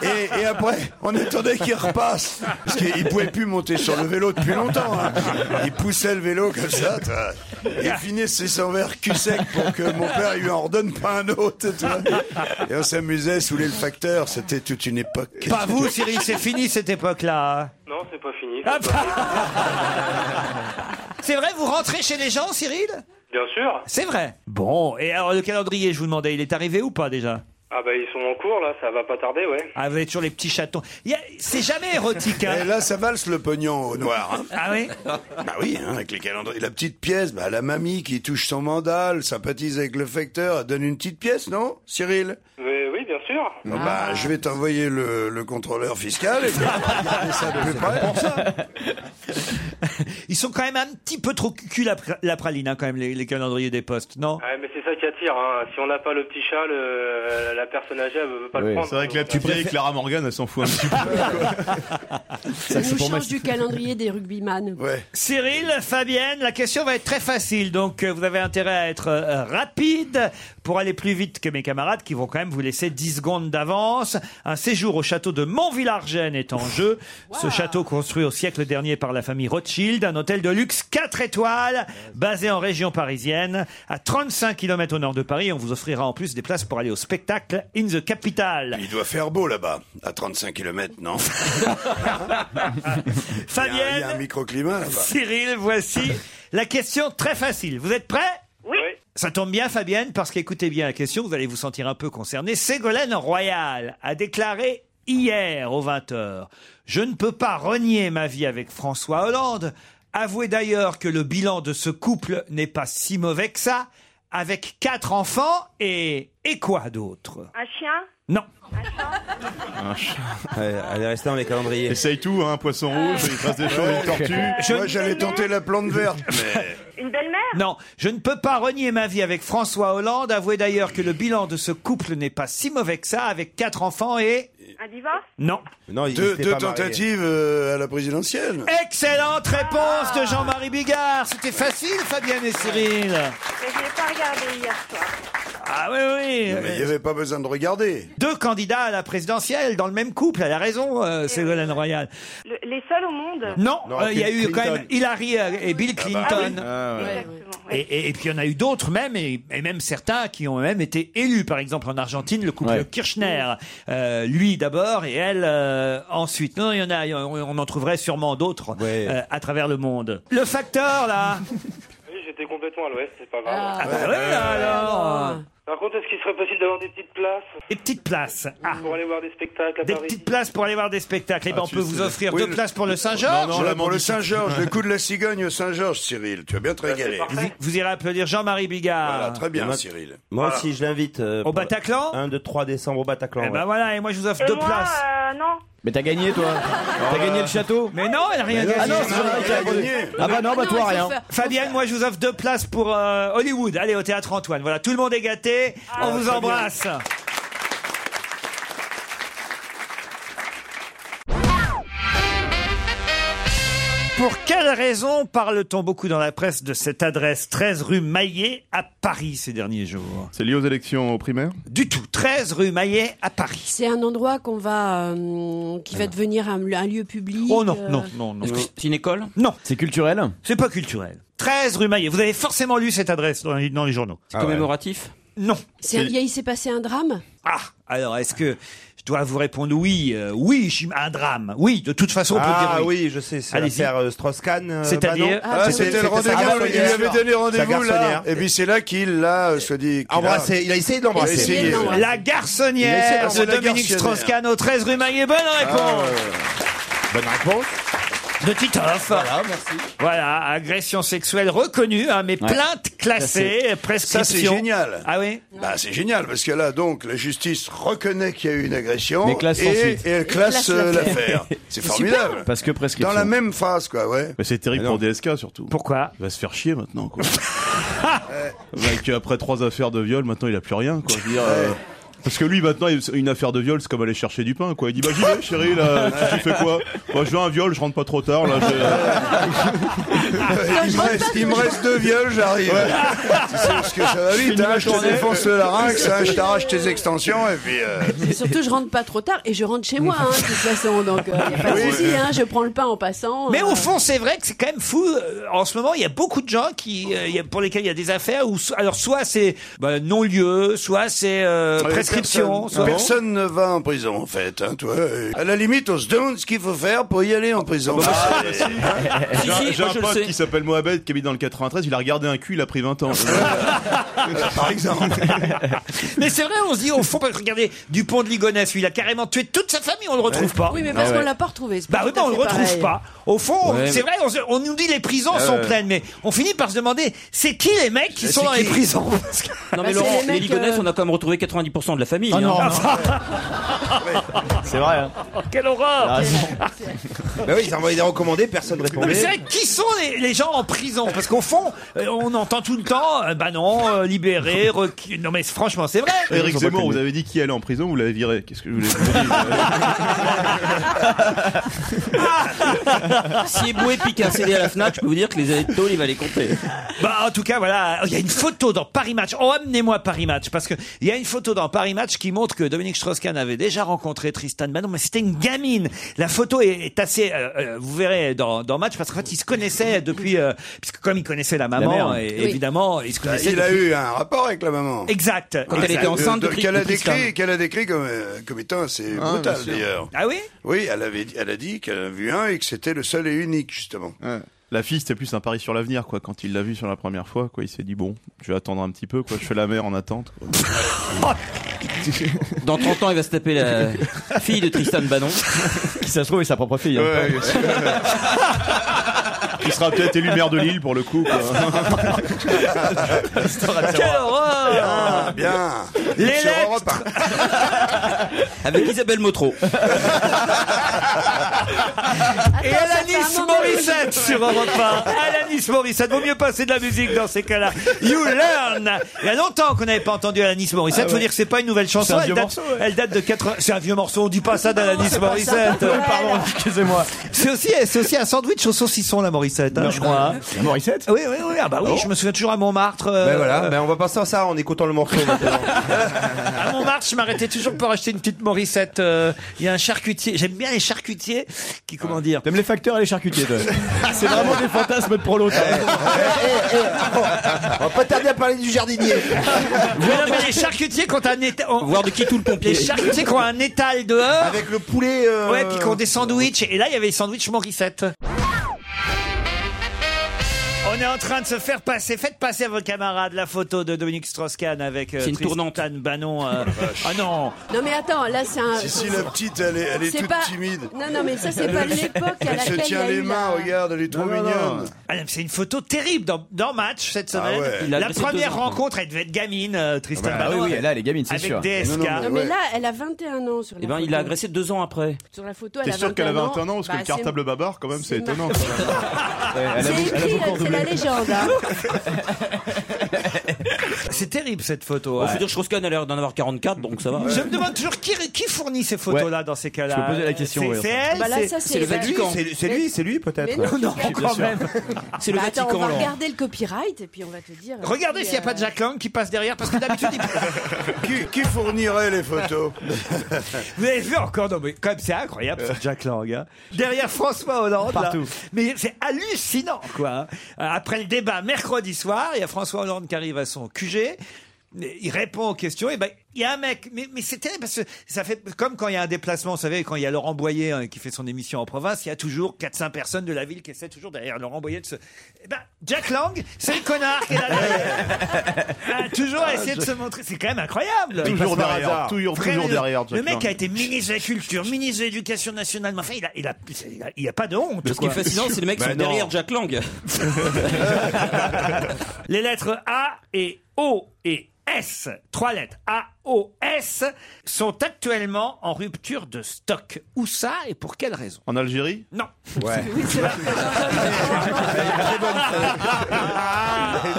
H: Et, et après, on attendait qu'il repasse, parce qu'il pouvait plus monter sur le vélo depuis longtemps. hein. Il poussait le vélo comme ça, tu vois. Et finissait son verre cul sec pour que mon père il lui en ordonne pas un autre, tu vois. Et on s'amusait, saouler le facteur, c'était toute une époque.
C: Pas vous, Cyril, c'est fini cette époque-là. hein.
L: Non, c'est pas fini.
C: Ah bah. C'est vrai, vous rentrez chez les gens, Cyril
L: Bien sûr.
C: C'est vrai. Bon, et alors le calendrier, je vous demandais, il est arrivé ou pas déjà
L: Ah bah ils sont en cours là, ça va pas tarder, ouais.
G: *laughs*
C: Ah, vous êtes sur les petits chatons. Il y a- C'est jamais érotique,
H: Et
C: hein
H: Eh, là, ça valse le pognon au noir. hein.
C: Ah oui
H: Bah oui, hein, avec les calendriers. La petite pièce, bah, la mamie qui touche son mandal, sympathise avec le facteur, elle donne une petite pièce, non, Cyril
L: Mais oui, bien sûr.
G: Ah.
H: Bon,
C: Ah.
H: Bah, je vais t'envoyer le, le contrôleur fiscal et puis
C: *laughs*
H: on va regarder ça de plus près.
C: Ils sont quand même un petit peu trop cucu la, pra- la praline, hein, quand même, les, les calendriers des postes, non
L: Ouais, mais c'est ça qui attire. Hein. Si on n'a pas le petit chat, le- la personne âgée, elle veut pas le prendre.
F: C'est vrai que la
L: Donc,
F: petite et Clara Morgan, elle s'en fout un
G: *laughs*
F: petit peu.
M: On nous change du calendrier des rugbyman.
H: Ouais.
C: Cyril, Fabienne, la question va être très facile, donc euh, vous avez intérêt à être euh, rapide pour aller plus vite que mes camarades qui vont quand même vous laisser 10 secondes d'avance. Un séjour au château de Montvillargennes est en jeu. Ce château construit au siècle dernier par la famille Rothschild, un hôtel de luxe 4 étoiles basé en région parisienne, à 35 km au nord de Paris. On vous offrira en plus des places pour aller au spectacle In the Capital.
H: Il doit faire beau là-bas, à 35 km, non *laughs* Il y a- Il y a un
C: *laughs* Fabienne,
H: microclimat là-bas.
C: Cyril, voici la question très facile. Vous êtes prêts
E: Oui.
C: Ça tombe bien, Fabienne, parce qu'écoutez bien la question, vous allez vous sentir un peu concerné. Ségolène Royal a déclaré hier aux 20h Je ne peux pas renier ma vie avec François Hollande. Avouez d'ailleurs que le bilan de ce couple n'est pas si mauvais que ça, avec quatre enfants et. et quoi d'autre
E: Un chien.
C: Non.
G: Ah, elle est restée dans les calendriers.
F: Essaye tout, hein, poisson rouge, il trace des choses, une tortue.
C: Je
H: Moi, j'allais tenter la plante verte, mais...
E: *laughs* Une belle-mère.
C: Non, je ne peux pas renier ma vie avec François Hollande. Avouez d'ailleurs que le bilan de ce couple n'est pas si mauvais que ça, avec quatre enfants et.
E: Un divorce
C: Non.
H: deux deux tentatives euh, à la présidentielle.
C: Excellente réponse de Jean-Marie Bigard. C'était facile, Fabienne et Cyril.
E: Mais je l'ai pas regardé hier soir.
C: Ah oui, oui.
H: Mais il n'y avait pas besoin de regarder.
C: Deux candidats à la présidentielle dans le même couple. Elle a raison,
E: Eh
C: euh, Ségolène Royal.
E: Le- les seuls au monde
C: Non, euh, il y a eu quand même Hillary euh, et Bill
H: bah
C: Clinton.
E: Ah oui, Exactement.
C: Et, et- et puis il y en a eu d'autres même, et, et même certains qui ont même été élus. Par exemple, en Argentine, le couple Kirchner, Euh, lui d'abord et elle euh, ensuite. Non, il y en a, on, on en trouverait sûrement d'autres euh, à travers le monde. Le facteur là.
L: Oui, j'étais complètement à l'ouest, c'est pas grave.
C: Ah bah
H: Euh.
C: ouais,
E: Ah.
C: alors.
L: Par contre, est-ce qu'il serait possible d'avoir des petites places
C: Des petites places. Ah.
L: pour aller voir des spectacles à
C: Des
L: Paris
C: petites places pour aller voir des spectacles. Eh ben,
H: Ah,
C: on
H: tu
C: peut
H: sais.
C: vous offrir
H: Oui,
C: deux
H: le-
C: places pour le Saint-Georges.
H: Non, non, pour
C: *laughs*
H: le Saint-Georges, le coup de la cigogne au Saint-Georges, Cyril. Tu as bien te régalé.
C: Vous, vous irez applaudir Jean-Marie Bigard.
H: Voilà, très bien,
G: Moi-
H: Cyril.
G: Moi
H: Voilà.
G: aussi, je l'invite. euh,
C: Au Bataclan
G: 1, 2, 3 décembre au Bataclan.
C: Eh ben voilà, et moi je vous offre
E: Et
C: deux Oh
E: moi,
C: places.
E: euh, non.
G: Mais t'as gagné, toi T'as gagné le château
C: Mais non, elle a rien
G: Ah
C: gagné.
G: non, c'est vrai, elle a gagné. Ah bah non, bah toi, rien.
C: Fabienne, moi je vous offre deux places pour euh, Hollywood. Allez au théâtre Antoine. Voilà, tout le monde est gâté.
A: Ah,
C: On vous
A: très
C: embrasse. Pour quelle raison parle-t-on beaucoup dans la presse de cette adresse 13 rue Maillet à Paris ces derniers jours
F: C'est lié aux élections primaires
C: Du tout. 13 rue Maillet à Paris.
M: C'est un endroit qu'on va, euh, qui va devenir un, un lieu public.
C: Ah Oh non,
M: euh,
C: non, non, non.
A: Est-ce que
C: c'est une école Non. C'est culturel C'est pas culturel. 13 rue Maillet. Vous avez forcément lu cette adresse dans les, dans les journaux. C'est
A: commémoratif
C: Non.
M: c'est un- il y a- il s'est passé un drame.
C: Ah, alors est-ce que je dois vous répondre oui euh, Oui, j'im- un drame. Oui, de toute façon, on peut
G: Ah
C: dire oui.
G: oui, je sais, c'est
C: Allez-y.
G: l'affaire euh, Strauss-Kahn. euh,
C: C'est-à-dire
G: Manon Ah,
H: bah C'était le rendez-vous,
G: sa
H: il lui avait
G: garçonnière.
H: donné rendez-vous
G: Sa
H: là.
G: garçonnière.
H: Et puis c'est là qu'il l'a, euh, soit dit. qu'il a-
G: Embrassé, il a essayé de l'embrasser.
H: Il a essayé,
G: Il a essayé de
H: ouais.
G: l'embrasser.
C: La garçonnière
H: Il a essayé
C: de
H: d'embrasser
C: Dominique
H: la garçonnière.
C: Strauss-Kahn au 13 rue Maillet. Bonne réponse
G: Bonne réponse.
C: de Titoff. Voilà, merci. Voilà, agression sexuelle reconnue, hein, mais
H: Ouais.
C: plainte classée,
H: Classée.
C: prescription.
H: Ça, c'est génial.
C: Ah oui
H: Bah, c'est génial, parce que là, donc, la justice reconnaît qu'il y a eu une agression.
G: Mais classe
H: et,
G: sans suite.
H: et elle
G: Et
H: classe
G: classe
H: euh,
G: l'affaire.
H: l'affaire.
F: *laughs*
H: C'est
G: C'est
H: formidable.
G: super. Parce que prescription.
H: Dans la même phrase,
C: *laughs*
H: quoi, ouais.
F: Mais c'est terrible pour DSK surtout.
C: Pourquoi
F: Il va se faire chier
G: *laughs*
F: maintenant. Quoi. Avec, euh, après trois affaires de viol, maintenant il a plus rien. Quoi. Je veux dire, euh, Parce que lui maintenant il- une affaire de viol c'est comme aller chercher du pain quoi. Il dit bah j'y vais chérie là tu tu fais quoi Moi je veux un viol je rentre pas trop tard là.
H: il, me reste, il me reste deux viols, j'arrive. Tu sais ce que ça va vite, hein, je te défonce le larynx, hein, je t'arrache tes extensions, et puis. euh,
M: Et Surtout, je rentre pas trop tard et je rentre chez moi, hein, de toute façon. Donc, il n'y a pas de
C: Oui.
M: souci. Hein, je prends le pain en passant.
C: Mais
M: euh,
C: au fond, c'est vrai que c'est quand même fou. Euh, En ce moment, il y a beaucoup de gens qui, euh, il y a- pour lesquels il y a des affaires où, so- alors soit c'est bah, non-lieu, soit c'est euh,
H: Euh,
C: prescription.
H: Personne,
C: soit- *laughs*
H: personne ne va en prison, en fait. Hein, toi. Euh, À la limite, Euh, on se demande ce qu'il faut faire pour y aller en prison. Ah, C'est-
F: Bah, J'ai un- j'ai un pote qui s'appelle Mohamed qui habite dans le 93 il a regardé un cul il a pris
H: *laughs*
F: 20 ans.
H: Par exemple.
C: *laughs* Mais c'est vrai, on se dit au fond, parce que regardez, Dupont de Ligonnès, lui, il a carrément tué toute sa famille, on le retrouve pas.
M: euh. Oui, mais parce qu'on l'a pas retrouvé. c'est
C: Bah
M: pas
C: oui,
M: tout
C: mais
M: à
C: on le
M: fait
C: retrouve
M: pareil.
C: pas. Au fond,
A: Ouais,
C: c'est
A: mais-
C: vrai, on, se- on nous dit les prisons
A: Ah
C: sont
A: ouais.
C: pleines, mais on finit par se demander, c'est qui les mecs qui
A: C'est
C: sont dans les
A: qui
C: prisons Parce que-
A: Non mais Laurent, les, Ligonès, on a quand même retrouvé 90% de la famille.
C: euh, Ah non,
A: hein. *laughs*
G: C'est vrai. hein.
C: Oh, Quelle horreur
G: Ah, Bah oui, ils ont envoyé des recommandés, personne ne
C: Non, mais c'est
G: répondait.
C: vrai, qui sont les, les gens en prison Parce qu'au fond, euh, on entend tout le temps, euh, bah non, euh, libérés, recu- Non mais franchement, c'est vrai.
F: Eric
C: *laughs*
F: Zemmour vous avez dit qui allait en prison vous l'avez viré qu'est-ce que je voulais vous dire *laughs*
A: Si Eboué pique un CD à la FNAC, je peux vous dire que les années de tôle, il va les compter.
C: Bah en tout cas voilà, il y a une photo dans Paris Match. Oh amenez-moi Paris Match parce que il y a une photo dans Paris Match qui montre que Dominique Strauss-Kahn avait déjà rencontré Tristan Manon, mais c'était une gamine. La photo est, est assez, euh, euh, vous verrez dans, dans Match parce qu'en fait ils se connaissaient depuis, euh, puisque comme ils connaissaient la maman,
G: mère.
C: et-
G: Oui.
C: évidemment ils se connaissaient.
H: Bah, Il a
C: depuis-
H: eu un rapport avec la maman.
C: Exact. Exact.
H: de- qu'elle a décrit, qu'elle a décrit comme, euh, comme étant assez
C: Ah,
H: brutal
C: bien sûr.
H: d'ailleurs.
C: Ah oui
H: Oui, elle avait, elle a dit qu'elle a vu un et que c'était le seul et unique justement.
F: La fille, c'était plus un pari sur l'avenir, quoi. Quand il l'a vu sur la première fois, quoi, il s'est dit bon, je vais attendre un petit peu, quoi. Je fais la mère en attente. quoi.
A: Dans 30 ans, il va se taper
F: *laughs*
A: la fille de Tristan Bannon.
G: Qui ça se trouve est sa propre
D: hein.
G: fille.
D: *laughs*
F: il sera peut-être élu maire de Lille pour le coup. quoi.
C: Quelle horreur Ah.
H: Bien.
C: Les
H: Sur
C: lettres.
H: Europe un.
A: Avec Isabelle Motro.
C: Et Alanis Morissette sur Europe 1. Alanis Morissette, vaut mieux passer de la musique dans ces cas-là. You Learn. Il y a longtemps qu'on n'avait pas entendu Alanis Morissette.
D: Ah
C: Faut
D: ouais.
C: dire que c'est pas une nouvelle chanson.
D: C'est un
C: elle,
D: vieux
C: date,
D: morceau,
C: elle date de 80. C'est un vieux morceau. On dit Ah, pas ça d'Alanis
D: c'est pas ça.
C: Morissette.
D: Oui, pardon,
C: excusez-moi. *laughs* C'est aussi, c'est aussi un sandwich au saucisson la Morissette, hein, je crois. hein.
G: Morissette
C: Oui, oui, oui. Ah bah oui, je me souviens toujours à Montmartre. euh,
G: Ben voilà, ben on va passer à ça en écoutant le
C: *laughs*
G: morceau. maintenant.
C: À Montmartre, je m'arrêtais toujours pour acheter une petite Morissette. euh, Il y a un charcutier. J'aime bien les charcutiers qui, comment dire. T'aimes les facteurs et les charcutiers, toi.
D: Ah, C'est vraiment des fantasmes de prolo.
C: Eh,
D: ça.
C: oh.
G: on va pas tarder à parler du jardinier.
C: Mais non, mais les charcutiers qui ont un étal. Voir de qui tout le pompier. Les charcutiers qui ont
D: Ah
C: un étal dehors. Avec le poulet.
H: euh,
C: Ouais, puis qui ont des sandwichs. Et là, il y avait les sandwichs Morissette. On est en train de se faire passer. Faites passer à vos camarades la photo de Dominique Strauss-Kahn avec euh,
A: C'est une
C: Tristan Bannon. euh, ah non
M: Non mais attends, là c'est un.
H: Si, si, la petite, elle est, elle est
M: C'est
H: toute
M: pas-
H: timide.
M: Non, non, mais ça,
C: *laughs*
M: c'est
H: *laughs*
M: pas l'époque à
H: Elle se
M: laquelle il y
H: tient
M: a
H: les
M: eu
H: mains,
M: la-
H: regarde, elle est trop mignonne.
C: Ah non, mais c'est une photo terrible dans, dans Match cette semaine.
H: Ah ouais. Il a
C: La
H: baissé
C: première
H: deux ans.
C: rencontre, elle devait être gamine, euh, Tristan
D: Ah bah
C: Bannon.
D: oui, oui, là, elle est gamine, c'est
C: avec
D: sûr.
C: Avec DSK.
M: Non, mais là, elle a 21 ans
A: Eh
M: sur la
A: ben,
M: photo.
C: agressé deux ans après.
M: Sur la photo, elle
F: T'es
M: a
F: sûr qu'elle a 21 ans Parce
M: Bah,
F: que le
M: c'est-
F: cartable babar, quand même, c'est
M: c'est
F: étonnant.
M: mar-
F: elle a
M: C'est
F: beaucoup- elle a
M: écrit,
F: beaucoup
M: c'est la
F: redoublé.
M: légende. hein.
C: *laughs* C'est terrible cette photo.
A: On peut dire Strauss-Kahn a l'air d'en avoir 44, donc ça va.
C: Je me demande toujours qui, qui fournit ces photos-là dans ces cas-là.
A: Je me posais la question,
C: C'est
A: ouais.
C: c'est elle
M: Bah là, ça, c'est le Vatican.
G: C'est c'est lui, c'est lui peut-être.
M: Mais non,
C: Non, quand même.
M: C'est
A: Bah,
M: le Attends, on va regarder le copyright et puis on va te dire. euh,
C: Regardez s'il n'y a pas de Jack Lang qui passe derrière, parce que d'habitude, il...
H: *laughs* Qui, qui fournirait les photos
C: vous avez vu encore, non, mais quand même, c'est incroyable, ce Jack Lang. hein. Derrière François Hollande. là.
D: Partout.
C: Mais c'est hallucinant, quoi. hein. Après le débat, mercredi soir, il y a François Hollande qui arrive à son QG. Il répond aux questions, et ben il y a un mec, mais, mais c'est terrible parce que ça fait comme quand il y a un déplacement, vous savez, quand il y a Laurent Boyer hein, qui fait son émission en province, il y a toujours 4-5 personnes de la ville qui essaient toujours derrière Laurent Boyer de se. Eh ben, Jack Lang, c'est le connard qui est là derrière. Ah, toujours à essayer de se montrer, c'est quand même incroyable.
F: Toujours
C: Il passe par
F: derrière,
C: hasard.
F: toujours-
C: Vraiment,
F: toujours derrière,
C: Le
F: Jack
C: mec
F: Lang.
C: a été ministre de la Culture, ministre de l'Éducation nationale, mais enfin, il a, il a, il a- il a pas de honte.
A: Mais ce qui est
C: quoi.
A: fascinant, c'est les
D: Bah
A: mecs qui sont derrière Jack Lang.
C: Les lettres A et O et S, trois lettres A, O, S, sont actuellement en rupture de stock. Où ça et pour quelle raison
F: En Algérie
C: Non.
F: Ouais.
H: *laughs*
D: *laughs*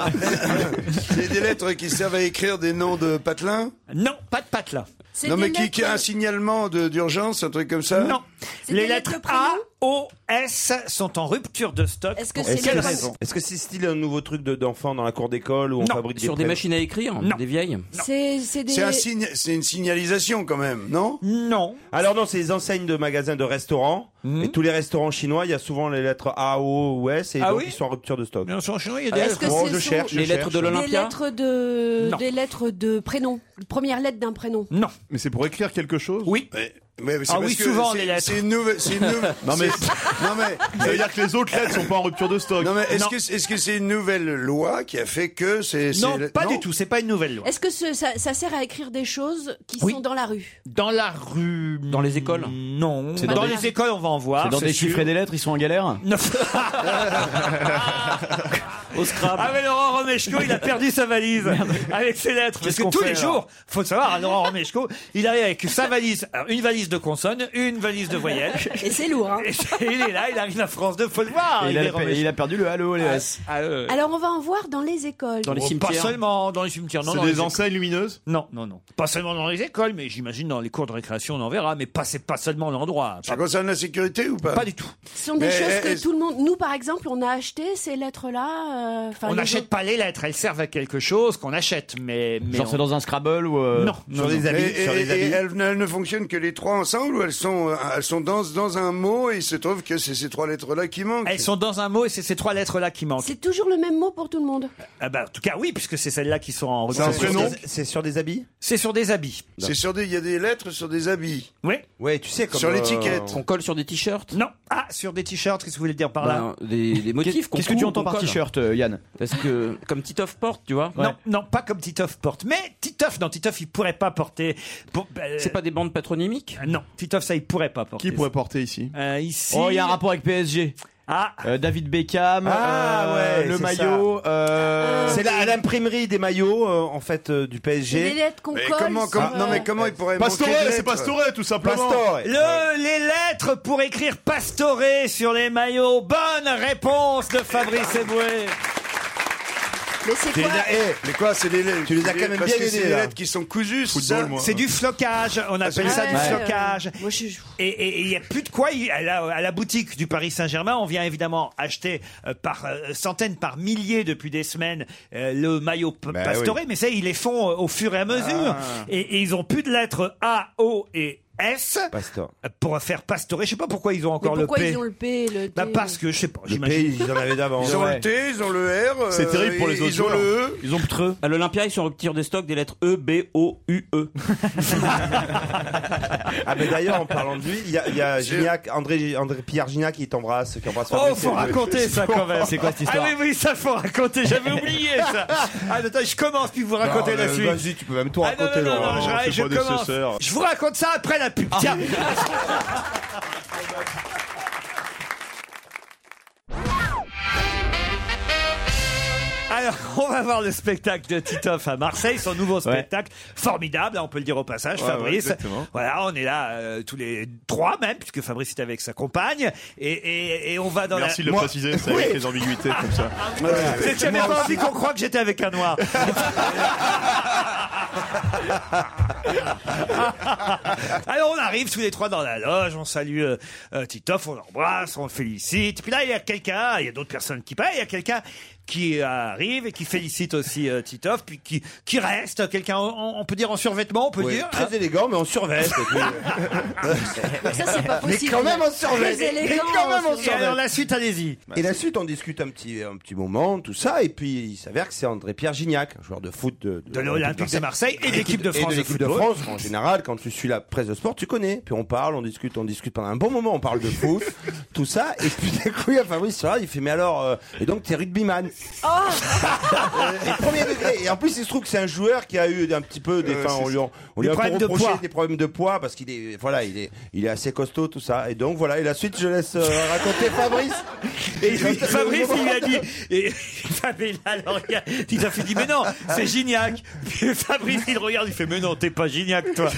H: C'est des lettres qui servent à écrire des noms de patelins
C: Non, pas de patelins.
H: Non, mais qui, qui a un signalement de- d'urgence, un truc comme ça
C: Non. Les lettres A, O, S sont en rupture de stock.
M: Est-ce
C: pour quelle raison
G: Est-ce que c'est style un nouveau truc de- d'enfant dans la cour d'école où on fabrique
A: Sur des
G: prénoms
A: machines à écrire Des vieilles
M: euh, C'est c'est des.
H: C'est un signe- c'est une signalisation quand même, non
C: Non. Mhm.
G: Alors non, c'est les enseignes de magasins de restaurants. Et tous les restaurants chinois, il y a souvent les lettres A, O ou S et
C: Ah
G: donc
C: oui
G: ils sont en rupture de stock.
C: Mais en chinois, il y a des
G: Est-ce
C: lettres.
M: que
G: Bon,
M: ce
G: je
M: sont
G: cherche, je
A: les lettres
G: cherche.
A: de
M: Des
A: l'Olympia
M: lettres de.
C: Non.
M: Des lettres de prénom. Première lettre d'un prénom.
C: Non.
F: Mais c'est pour écrire quelque chose
C: Oui.
H: Mais- mais
C: Ah
H: c'est parce
C: oui,
H: que
C: souvent,
H: c'est-
C: les lettres.
H: C'est une nouvelle. c'est *laughs* une nouvelle-
F: Non, mais-
H: c'est- non, mais-
F: Ça veut dire que les autres lettres sont pas en rupture de stock.
H: non, mais est-ce
F: Non.
H: que est-ce que c'est une nouvelle loi qui a fait que c'est. c'est-
C: Non, pas du tout. C'est pas une nouvelle loi.
M: Est-ce que ce- ça, ça sert à écrire des choses qui
C: Oui.
M: sont dans la rue
C: Dans la rue.
A: Dans les écoles
C: Hum, Non.
D: C'est
C: dans
D: dans
C: les
D: des-
C: écoles, on va en voir.
D: C'est dans
C: c'est
D: des
C: sûr.
D: chiffres et des lettres, ils sont en galère
C: Non.
A: Au Scrabble.
C: Ah mais Laurent Romeshko, il a perdu sa valise avec ses lettres. Parce
D: Qu'est-ce
C: que
D: qu'on
C: tous
D: fait,
C: les
D: alors
C: jours, faut le savoir, Laurent Romeshko, il arrive avec sa valise, alors, une valise de consonnes, une valise de voyelles.
M: Et c'est lourd, hein
C: Et il est là, il arrive à France 2, faut le voir.
D: Et il,
C: est
D: a,
C: Romeshko.
D: il a perdu le halo, les S.
C: Ah, euh,
M: Alors on va en voir dans les écoles.
A: Dans les
C: bon,
A: cimetières.
C: Oh, Pas seulement dans les cimetières, non.
F: C'est
C: dans
F: des
C: les écoles.
F: enseignes lumineuses
C: Non, non, non. Pas seulement dans les écoles, mais j'imagine dans les cours de récréation, on en verra. Mais pas, c'est pas seulement l'endroit.
H: Ça
C: Pas,
H: concerne la sécurité ou pas
C: pas du tout.
M: Ce sont des
H: Mais
M: choses que
H: est-ce-
M: tout le monde. Nous, par exemple, on a acheté ces lettres-là. euh, enfin,
C: on
M: les
C: n'achète
M: autres-
C: pas les lettres, elles servent à quelque chose qu'on achète, mais. mais
D: Genre,
C: on-
D: c'est dans un Scrabble ou. euh,
C: Non, non,
G: Sur
C: non.
G: les
H: Et,
G: habits,
H: et-
G: sur les
H: et
G: habits.
H: elles, ne- elles ne fonctionnent que les trois ensemble ou elles sont, euh, elles sont dans, dans un mot et il se trouve que c'est ces trois lettres-là qui manquent
C: Elles sont dans un mot et c'est ces trois lettres-là qui manquent.
M: C'est toujours le même mot pour tout le monde.
C: Ah bah, en tout cas, oui, puisque c'est celles-là qui sont en
G: C'est
C: rupture.
G: sur
F: prénom
G: des- C'est sur des habits
C: C'est sur des habits.
H: C'est sur des, il y a des lettres sur des habits.
C: Oui.
G: Ouais, tu sais comme
H: Sur
G: euh,
H: l'étiquette.
A: Qu'on colle sur des t-shirts
C: Non. Ah, sur des t-shirts, qu'est-ce que vous voulez dire *laughs* par là
A: Ben, des, des motifs qu'on
D: Qu'est-ce que
A: coud,
D: tu entends
A: qu'on
D: par
A: colle.
D: t-shirt, euh, Yann
A: Parce que, comme Titoff porte, tu vois.
C: Non, non, pas comme Titoff porte. Mais Titoff, non, Titoff, il pourrait pas porter. Bon, ben,
A: C'est pas des bandes patronymiques
C: Non, Titoff, ça, il pourrait pas porter.
F: Qui pourrait porter ici
C: ça. Euh, ici.
D: Oh, il y a un rapport avec PSG.
G: Euh, David Beckham,
C: Ah,
G: euh,
C: ouais,
G: le
C: c'est
G: maillot. euh,
C: Ah,
G: c'est là
C: oui.
G: à l'imprimerie des maillots euh, en fait euh, du PSG.
H: C'est les lettres qu'on Mais colle comment- sur, comment- non, euh, mais comment il pourrait
G: Pastore,
F: Ah,
H: manquer de
G: c'est
H: lettres
G: Pastore tout simplement.
H: Pastore.
C: Le, les lettres pour écrire Pastoré sur les maillots. Bonne réponse de Fabrice Eboué.
H: Mais c'est quoi Eh, Mais quoi, c'est des lettres.
C: Tu les as
H: c'est-
C: quand même
H: parce
C: bien
H: que c'est
C: aidés,
H: des
C: là.
H: lettres qui sont cousues, c'est ça
C: C'est du flocage, on appelle
H: Ah,
C: ça
H: ouais,
C: du
H: ouais.
C: flocage. Et- Et il n'y a plus de quoi. y- À la, à la boutique du Paris Saint-Germain, on vient évidemment acheter euh, par euh, centaines, par milliers depuis des semaines euh, le maillot p-
D: Ben
C: pastoré, mais ça, ils les font euh, au fur et à mesure.
G: Ah.
C: Et, et ils ont plus de lettres A, O et S
G: Pastore.
C: pour faire pastorer. Je sais pas pourquoi ils ont
M: Mais
C: encore le
M: pourquoi
C: P.
M: ils ont le P le
C: Bah
M: T euh,
C: parce que je sais pas,
G: P, ils en avaient d'avant.
H: Ils ont le T, ils ont le R. euh, ils- Ils ont le E.
A: hein. Ils ont le treu. À Ah, l'Olympia, ils sont en rupture des stocks des lettres E, B, O, U, E.
G: Ah mais d'ailleurs en parlant de lui, il y a, il y a Gignac, André, André Pierre Gignac qui t'embrasse, qui embrasse.
C: Oh,
G: Fabrice *laughs*
C: faut
G: et-
C: raconter ça quand même. Ah oui, oui, ça faut raconter.
G: *laughs*
C: J'avais oublié ça. Ah, attends, je commence puis vous racontez
G: Non,
C: la
G: mais
C: suite.
G: Vas-y, tu peux même tout
C: Ah non,
G: raconter.
C: non, non,
G: Laurent.
C: non, je, je commence. Je vous raconte ça après la pub. Tiens. *laughs* Alors, on va voir le spectacle de Titoff à Marseille, son nouveau spectacle formidable, hein, on peut le dire au passage,
G: Ouais, ouais,
C: Fabrice.
G: exactement.
C: voilà, on est là euh, tous les trois même, puisque Fabrice est avec sa compagne, et, et- et on va dans
F: Merci
C: la...
F: de le
C: Moi-
F: préciser, ça
C: Oui.
F: évite les ambiguïtés
C: *laughs*
F: comme ça.
C: Vous étiez- j'avais
F: Moi
C: pas
F: aussi.
C: envie qu'on croie que j'étais avec un noir. *laughs* Alors on arrive tous les trois dans la loge, on salue euh, euh, Titoff, on l'embrasse, on le félicite. Puis là il y a quelqu'un, il y a d'autres personnes qui parlent, il y a quelqu'un qui arrive et qui félicite aussi euh, Titoff, puis qui, qui reste, quelqu'un, on, on peut dire en survêtement, on peut
G: Oui,
C: dire.
G: très
C: hein.
G: élégant, mais on surveste.
C: *laughs*
G: et puis-
M: Ça, c'est pas
G: Mais
M: possible.
G: quand même, on se surveille.
M: surveille.
G: Mais quand même, on se surveille.
C: suite, allez-y.
G: Et la suite, on discute un petit, un petit moment, tout ça, et puis il s'avère que c'est André-Pierre Gignac, un joueur de foot de,
C: De l'Olympique de Marseille et de l'équipe de France
G: Et
C: de
G: de l'équipe de
C: football.
G: France, en général, quand tu suis la presse de sport, tu connais. Puis on parle, on discute, on discute pendant un bon moment, on parle de
C: *laughs*
G: foot, tout ça, et puis d'un coup, il y a Fabrice sur là, il fait Mais alors, euh, et donc t'es rugbyman
M: Oh.
G: et, premier degré. Et en plus, il se trouve que c'est un joueur qui a eu un petit peu des,
C: Euh,
G: enfin, on
C: c'est-
G: lui, a- on
C: des
G: lui a un peu
C: problèmes de
G: reproché
C: poids.
G: des problèmes de poids parce qu'il est, voilà, il est, il est assez costaud tout ça. Et donc voilà. Et la suite, je laisse euh, raconter Fabrice.
C: Et lui, Fabrice, il lui a dit, et Fabrice, alors, il a- Titoff, il dit, mais non, c'est Gignac. Puis Fabrice, il le regarde, il fait, mais non, t'es pas Gignac, toi.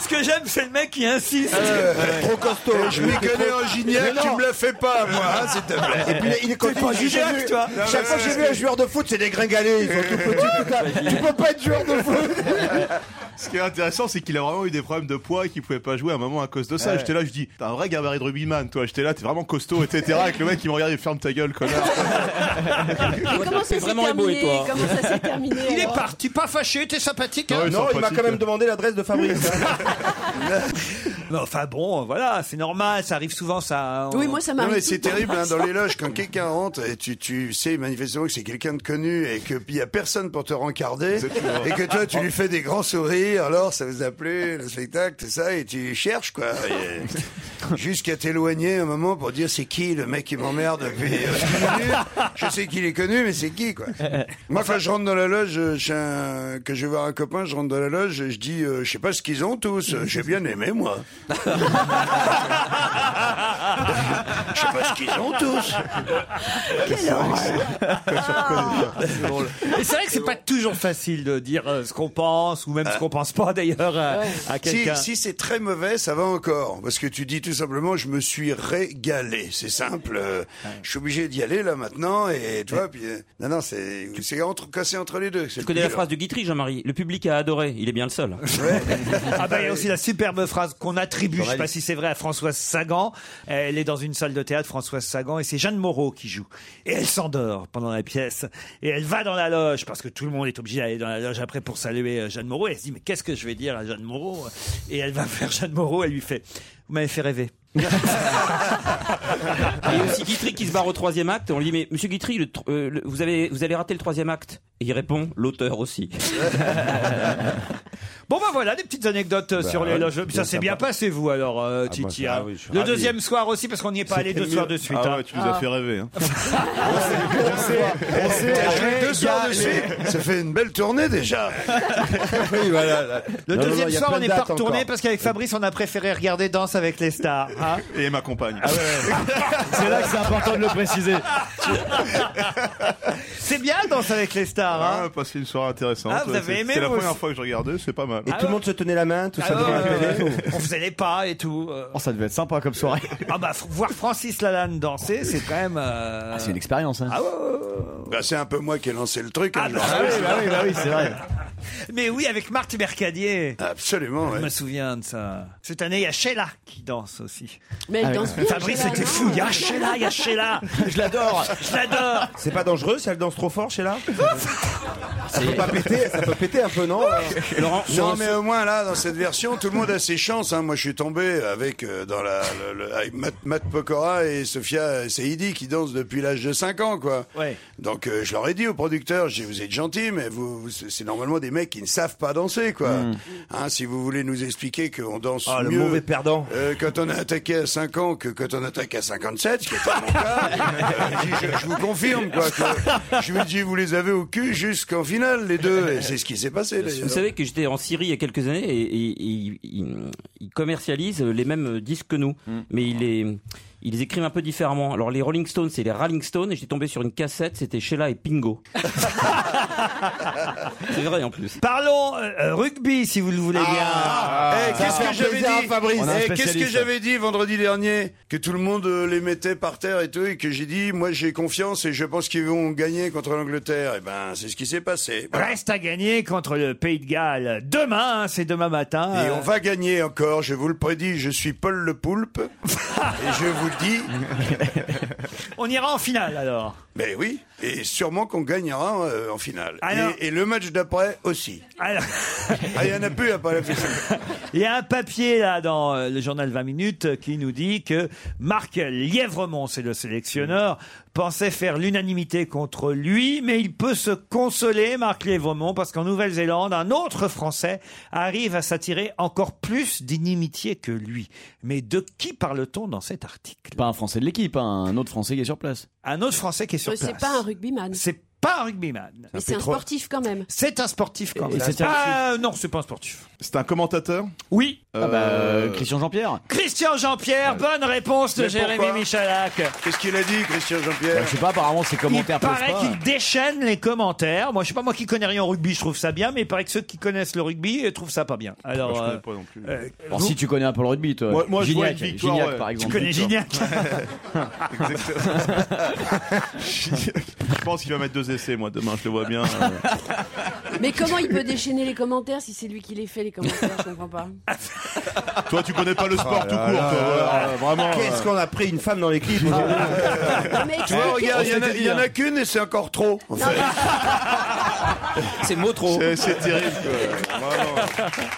C: Ce que j'aime, c'est le mec qui insiste.
H: Euh,
G: Trop costaud.
H: Je m'y connais en gignac, tu me la fais pas, moi, hein, s'il te plaît.
G: Et puis il est
H: T'es
G: content.
H: pas
G: J'ai
H: Gignac,
G: vu-
H: toi.
G: Chaque fois que j'ai vu un joueur de foot, c'est des gringalés. Ils sont tout petits. putain. Tu peux pas être joueur de foot.
F: Ce qui est intéressant, c'est qu'il a vraiment eu des problèmes de poids et qu'il pouvait pas jouer à un moment à cause de ça.
G: Ouais.
F: J'étais là, je dis, t'as un vrai gabarit de rugbyman, toi. J'étais là, t'es vraiment costaud, etc. Avec le mec qui me regarde, il ferme ta gueule, connard.
C: *laughs*
M: Mais comment ça s'est terminé Comment ça s'est terminé
C: Il est
M: alors
C: parti, pas fâché, t'es sympathique. hein
F: Ouais,
G: Non, il m'a quand même demandé l'adresse de Fabrice.
C: Mais enfin bon, voilà, c'est normal, ça arrive souvent, ça.
M: Oui, moi, ça
H: Non
M: m'arrive.
H: mais
M: tout
H: c'est
M: le temps.
H: terrible hein, dans les loges quand quelqu'un rentre et tu, tu sais manifestement que c'est quelqu'un de connu et que il y a personne pour te rencarder
F: Exactement.
H: et que toi tu lui fais des grands sourires alors ça vous a plu le spectacle tout ça et tu cherches quoi Et- *laughs* jusqu'à t'éloigner un moment pour dire c'est qui le mec qui m'emmerde depuis euh, dix minutes. je sais qu'il est connu mais c'est
G: *laughs*
H: qui quoi moi quand je rentre dans la loge euh, j'ai un- que je vais voir un copain je rentre dans la loge je dis euh, je sais pas ce qu'ils ont tous euh, j'ai bien aimé moi je sais pas ce qu'ils ont tous
C: Et c'est vrai que c'est pas toujours facile de dire euh, ce qu'on pense, ou même ce qu'on pense pas d'ailleurs à, à
H: Si,
C: quelqu'un.
H: si c'est très mauvais, ça va encore. Parce que tu dis tout simplement, je me suis régalé. C'est simple. euh, Je suis obligé d'y aller là maintenant. Et tu vois, puis, euh, non, non, c'est c'est entre, cassé entre les deux.
A: Tu connais la phrase de Guitry, Jean-Marie Le public a adoré, il est bien le seul.
C: *laughs* Ah bah, il y a aussi la superbe phrase qu'on attribue, je sais pas si c'est vrai, à Françoise Sagan. Elle est dans une salle de théâtre, Françoise Sagan, et c'est Jeanne Moreau qui joue. Et elle s'endort pendant la pièce. Et elle va dans la loge, parce que tout le monde est obligé d'aller dans la loge après pour saluer euh, Jeanne Moreau. Et elle se dit, mais qu'est-ce que je vais dire à Jeanne Moreau Et elle va *laughs* vers Jeanne Moreau, elle lui fait, vous m'avez fait rêver.
A: Et il y a aussi Guitry qui se barre au troisième acte. On lui dit mais Monsieur Guitry, le tr- euh, le- vous avez vous allez rater le troisième acte. Et il répond l'auteur aussi.
C: Bon, bah voilà, des petites anecdotes euh,
G: Bah,
C: sur les
G: ouais,
C: loges. Ça
G: bien
C: s'est
G: sympa.
C: bien passé, vous, alors, euh,
G: Ah,
C: Titi.
G: moi, ça,
C: hein.
G: oui, je suis
C: le
G: ravi.
C: deuxième soir aussi, parce qu'on n'y est pas allé deux soirs de suite.
F: Ah
C: hein.
F: ouais, tu nous as fait rêver. hein.
H: On s'est arrêté deux soirs de
C: régalé.
H: suite. Ça fait une belle tournée
F: *laughs*
H: déjà.
C: Le deuxième soir, on n'est pas retourné parce qu'avec Fabrice, on a préféré regarder Danse avec les stars. *laughs* hein.
F: Et ma compagne. *laughs*
C: C'est là que c'est important de le préciser. c'est bien Danse avec les stars. hein.
F: Ah, on a passé une soirée intéressante.
C: Ah, vous avez
F: C'est-
C: aimé,
F: C'est la
C: vous
F: première
C: aussi
F: fois que je regardais, c'est pas mal.
G: Et tout le monde se tenait la main, tout
C: Ah
G: ça.
C: ouais,
G: devant la
C: ouais,
G: télé.
C: ouais. on faisait les pas et tout. euh.
D: Oh, ça devait être sympa comme soirée.
C: Ah bah, f- voir Francis Lalanne danser, c'est quand même. euh,
D: C'est une expérience. Hein.
C: Ah ouais,
H: Bah, c'est un peu moi qui ai lancé le truc. hein, je le
C: bah
H: rappelle.
C: oui, bah oui, bah oui, c'est vrai. Mais oui, avec Marthe Mercadier. Absolument. Je me souviens de ça. Cette année, il y a Sheila qui danse aussi.
M: Mais elle Ah oui. danse bien,
C: Fabrice
M: Sheila,
C: était
M: non
C: fou. Il y a Sheila, il y a Sheila. Je l'adore. Je l'adore.
G: C'est pas dangereux si elle danse trop fort chez
H: *laughs*
G: là Ça peut pas péter, ça peut péter un peu, non *laughs*
H: non, mais au moins là, dans cette version, tout le monde a ses chances. hein. Moi, je suis tombé avec, euh, dans la, le- le- avec Matt, Matt Pokora et Sofia Seidi qui dansent depuis l'âge de 5 ans, quoi.
C: Ouais.
H: Donc, euh, je leur ai dit aux producteurs, j'ai dit, vous êtes gentils, mais vous, vous- c'est c'est normalement des mecs qui ne savent pas danser, quoi. Hein, si vous voulez nous expliquer qu'on danse
G: Hmm. Ah, le
H: mieux,
G: mauvais perdant.
H: euh, quand on a attaqué à 5 ans que quand on attaque à 57, ce qui est pas mon
G: *laughs*
H: cas, euh, je, je vous confirme, quoi. que- je me dis, vous les avez au cul jusqu'en finale, les deux. Et c'est ce qui s'est passé, d'ailleurs.
A: Vous savez que j'étais en Syrie il y a quelques années et, et- et ils- ils ils commercialisent les mêmes disques que nous, mais ils les, ils les écrivent un peu différemment. Alors les Rolling Stones, c'est les Rolling Stones et j'étais tombé sur une cassette, c'était Sheila et Pingo.
H: Ah
A: c'est vrai en plus. Ah.
C: Parlons euh, rugby, si vous le voulez bien.
H: Eh, qu'est-ce que j'avais dit,
C: Fabrice
H: Eh, Qu'est-ce que j'avais dit vendredi dernier Que tout le monde euh, les mettait par terre et tout, et que j'ai dit, moi j'ai confiance et je pense qu'ils vont gagner contre l'Angleterre. Et ben, c'est ce qui s'est passé. Voilà.
C: Reste à gagner contre le Pays de Galles. Demain, hein, c'est demain matin.
H: Et
C: Euh,
H: on va gagner encore, je vous le prédis, je suis Paul le Poulpe, et je vous le dis.
C: On ira en finale alors.
H: Mais Ben oui, et sûrement qu'on gagnera euh, en finale.
C: Alors-
H: et, et le match d'après aussi.
C: Alors-
H: *laughs* Ah, il y en a plus après la finale.
C: *laughs* Il y a un papier là dans euh, le journal 20 minutes euh, qui nous dit que Marc Lièvremont, c'est le sélectionneur, pensait faire l'unanimité contre lui, mais il peut se consoler, Marc Lièvremont, parce qu'en Nouvelle-Zélande, un autre Français arrive à s'attirer encore plus d'inimitié que lui. Mais de qui parle-t-on dans cet article
D: *laughs* Pas un Français de l'équipe, hein, un autre Français qui est sur place.
C: Un autre Français qui est sur
M: Mais
C: place.
M: Euh, c'est pas un rugbyman.
C: C'est pas un rugbyman.
M: Mais c'est un sportif quand même.
C: C'est un sportif quand
D: Et
C: même.
D: c'est un-
C: Ah non, c'est pas un sportif.
F: C'est un commentateur *laughs*
C: Oui.
D: Ah bah, euh, Christian Jean-Pierre.
C: Christian Jean-Pierre, bonne réponse de
H: Mais
C: Jérémy
H: pourquoi
C: Michalak.
H: Qu'est-ce qu'il a dit, Christian
D: Bah,
H: Jean-Pierre
D: je sais pas, apparemment ses
C: Il
D: commentaires plaisent
C: paraît
D: pas.
C: qu'il déchaîne les commentaires. Moi, je sais pas, moi qui connais rien au rugby, je trouve ça bien, mais il paraît que ceux qui connaissent le rugby euh, trouvent ça pas bien. Alors,
F: Ah, Moi, je
C: euh,
F: connais pas non plus.
C: euh,
D: Alors,
C: vous-
D: si tu connais un peu le rugby, toi.
F: Moi- moi, je vois
D: Gignac,
F: une victoire,
D: Gignac,
F: ouais.
D: par exemple.
C: tu connais Gignac
D: *laughs*
C: *laughs*
F: *laughs* Je pense qu'il va mettre deux essais, moi, demain, je le vois bien. euh.
M: Mais comment il peut déchaîner les commentaires si c'est lui qui les fait, les commentaires Je comprends pas.
F: toi, tu connais pas le
G: Ah
F: sport tout court, toi, voilà, euh, vraiment.
G: Qu'est-ce qu'on a pris une femme dans hein les clips Ah.
H: Tu vois, regarde, il y en a- il y en a,
G: hein
H: qu'une et c'est encore trop. en fait.
A: C'est mot trop.
F: C'est- C'est terrible, quoi. Vraiment.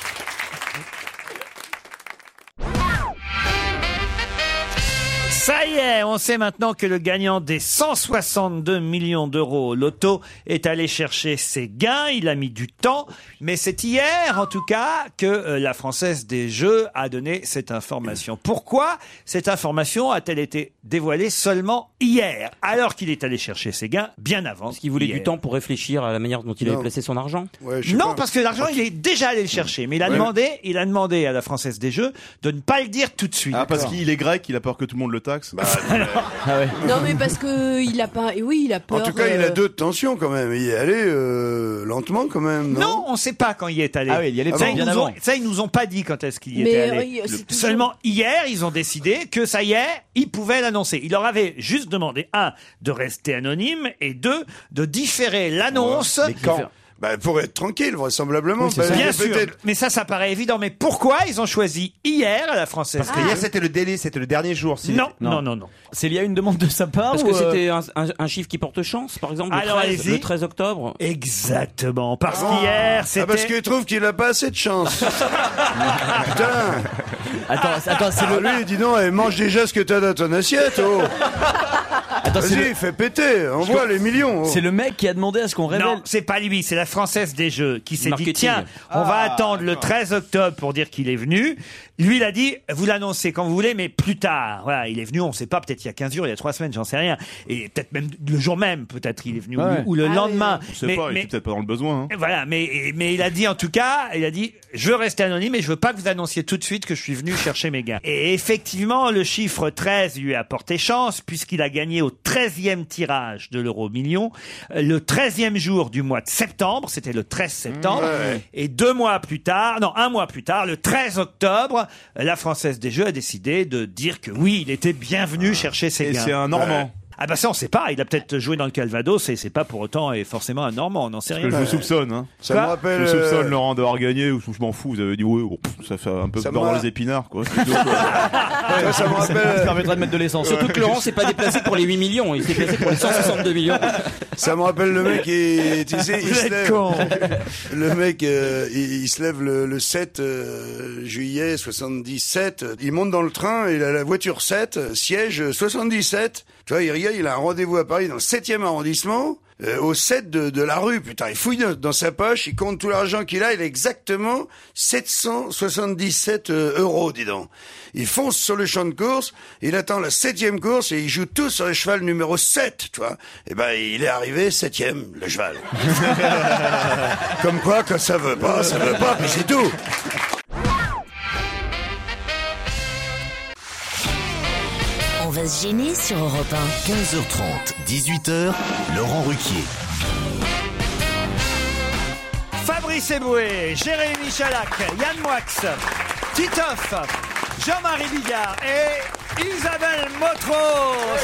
C: Ça y est, on sait maintenant que le gagnant des 162 millions d'euros au loto est allé chercher ses gains. Il a mis du temps, mais c'est hier, en tout cas, que euh, la Française des Jeux a donné cette information. Pourquoi cette information a-t-elle été dévoilée seulement hier, alors qu'il est allé chercher ses gains bien avant Parce
A: qu'il voulait du temps pour réfléchir à la manière dont il avait placé son argent.
H: Ouais, je sais
C: Non,
H: pas.
C: parce que l'argent, il est déjà allé le chercher, mais il a
F: Ouais.
C: demandé, il a demandé à la Française des Jeux de ne pas le dire tout de suite. Bah,
F: Ah, parce qu'il est grec, il a peur que tout le monde le taxe.
A: Ah
M: Non, mais parce que il a pas. Et oui, il a
H: En
M: peur.
H: tout cas, il a
M: euh,
H: deux tensions quand même. Il est allé euh, lentement quand même. Non,
C: Non, on ne sait pas quand il y est allé.
D: Hein Ah oui, il y allait
C: ça,
D: bien
C: ils nous
D: avant.
C: ont- ça, ils nous ont pas dit quand est-ce qu'il y
M: Mais,
C: était
M: euh,
C: allé.
M: il- c'est toujours-
C: Seulement hier, ils ont décidé que ça y est, ils pouvaient l'annoncer. Il leur avait juste demandé, un, de rester anonyme, et deux, de différer l'annonce.
H: Bah, pour être tranquille, vraisemblablement.
D: Oui, c'est ça.
C: Bien
H: Bah,
C: sûr,
H: peut-être-
C: mais ça, ça paraît évident. Mais pourquoi ils ont choisi hier à la française
G: Parce que hier, c'était le délai, c'était le dernier jour. si-
C: Non, non, non, non.
D: C'est lié à une demande de sa part
A: Parce
D: ou,
A: que
D: euh,
A: c'était un, un- un chiffre qui porte chance, par exemple, le,
C: Alors,
A: 13,
C: allez-y.
A: le 13 octobre.
C: Exactement, parce qu'hier,
H: Ah, parce
C: c'était.
H: qu'il trouve qu'il n'a pas assez
C: *laughs*
H: de chance. Putain.
D: Attends, attends, c'est
H: Ah,
D: le.
H: lui, dis donc, eh, mange déjà ce que t'as dans ton assiette. Oh.
D: Attends, c'est
H: Vas-y,
D: le-
H: fais péter, on voit les millions. oh.
D: C'est le mec qui a demandé à ce qu'on révèle.
C: Non, c'est pas lui, c'est la Française des Jeux qui s'est dit
D: Marketing.
C: tiens, on va
D: Ah,
C: attendre le 13 octobre pour dire qu'il est venu. Lui, il a dit vous l'annoncez quand vous voulez, mais plus tard. Voilà, il est venu, on sait pas, peut-être il y a 15 jours, il y a 3 semaines, j'en sais rien. Et peut-être même le jour même, peut-être il est venu, ou-
F: Ouais.
C: ou, le
F: Ah, oui,
C: lendemain.
F: oui. Je sais pas, il était peut-être pas dans le besoin. hein.
C: Voilà, mais, mais il a dit en tout cas, il a dit je veux rester anonyme et je veux pas que vous annonciez tout de suite que je suis venu chercher mes gains. Et effectivement, le chiffre 13 lui a porté chance puisqu'il a gagné au 13e tirage de l'euro million euh, le 13e jour du mois de septembre, c'était le 13
F: Mmh,
C: septembre.
D: Ouais, ouais.
C: Et deux mois plus tard, non, un mois plus tard, le 13 octobre, la Française des Jeux a décidé de dire que oui, il était
F: Ah.
C: bienvenu chercher ses
F: Et
C: gains.
F: c'est un Normand.
C: Ouais. Ah bah ça on sait pas, il a peut-être joué dans le Calvados et c'est pas pour autant et forcément un Normand, on n'en sait
F: Parce
C: rien.
F: que je vous soupçonne. Hein.
C: Ça me Quoi rappelle,
F: Je vous soupçonne
C: euh,
F: Laurent d'avoir gagné, ou je m'en fous. Vous avez dit, ouais, oh, pff, ça fait un peu
C: Ça
F: peur
C: me
F: dans
C: ra-
F: les épinards, quoi.
H: Ça, ça me
D: euh,
H: rappelle.
F: permettrait de mettre de l'essence.
A: Surtout que Laurent s'est pas déplacé pour les 8 millions, il s'est déplacé pour les 162 millions.
H: Ça me rappelle le mec qui, tu sais, il
A: Vous
H: se
A: êtes
H: lève.
A: con.
H: Le mec, euh, il, il se lève le, le 7 euh, juillet 77. Il monte dans le train, il a la voiture 7, euh, siège euh, 77. Tu vois, il regarde, il a un rendez-vous à Paris dans le 7e arrondissement. euh, au 7 de, de la rue, putain, il fouille dans, dans sa poche, il compte tout l'argent qu'il a, il a exactement 777 euh, euros, dis donc. Il fonce sur le champ de course, il attend la septième course et il joue tout sur le cheval numéro 7, tu vois. Et ben, il est arrivé septième, le cheval. Comme quoi, quand ça veut pas, ça veut pas, puis c'est tout.
B: On va se gêner sur Europe 1. 15h30, 18h, Laurent Ruquier.
C: Fabrice Eboué, Jérémy Chalac, Yann Moix, Titoff, Jean-Marie Bigard et Isabelle Motro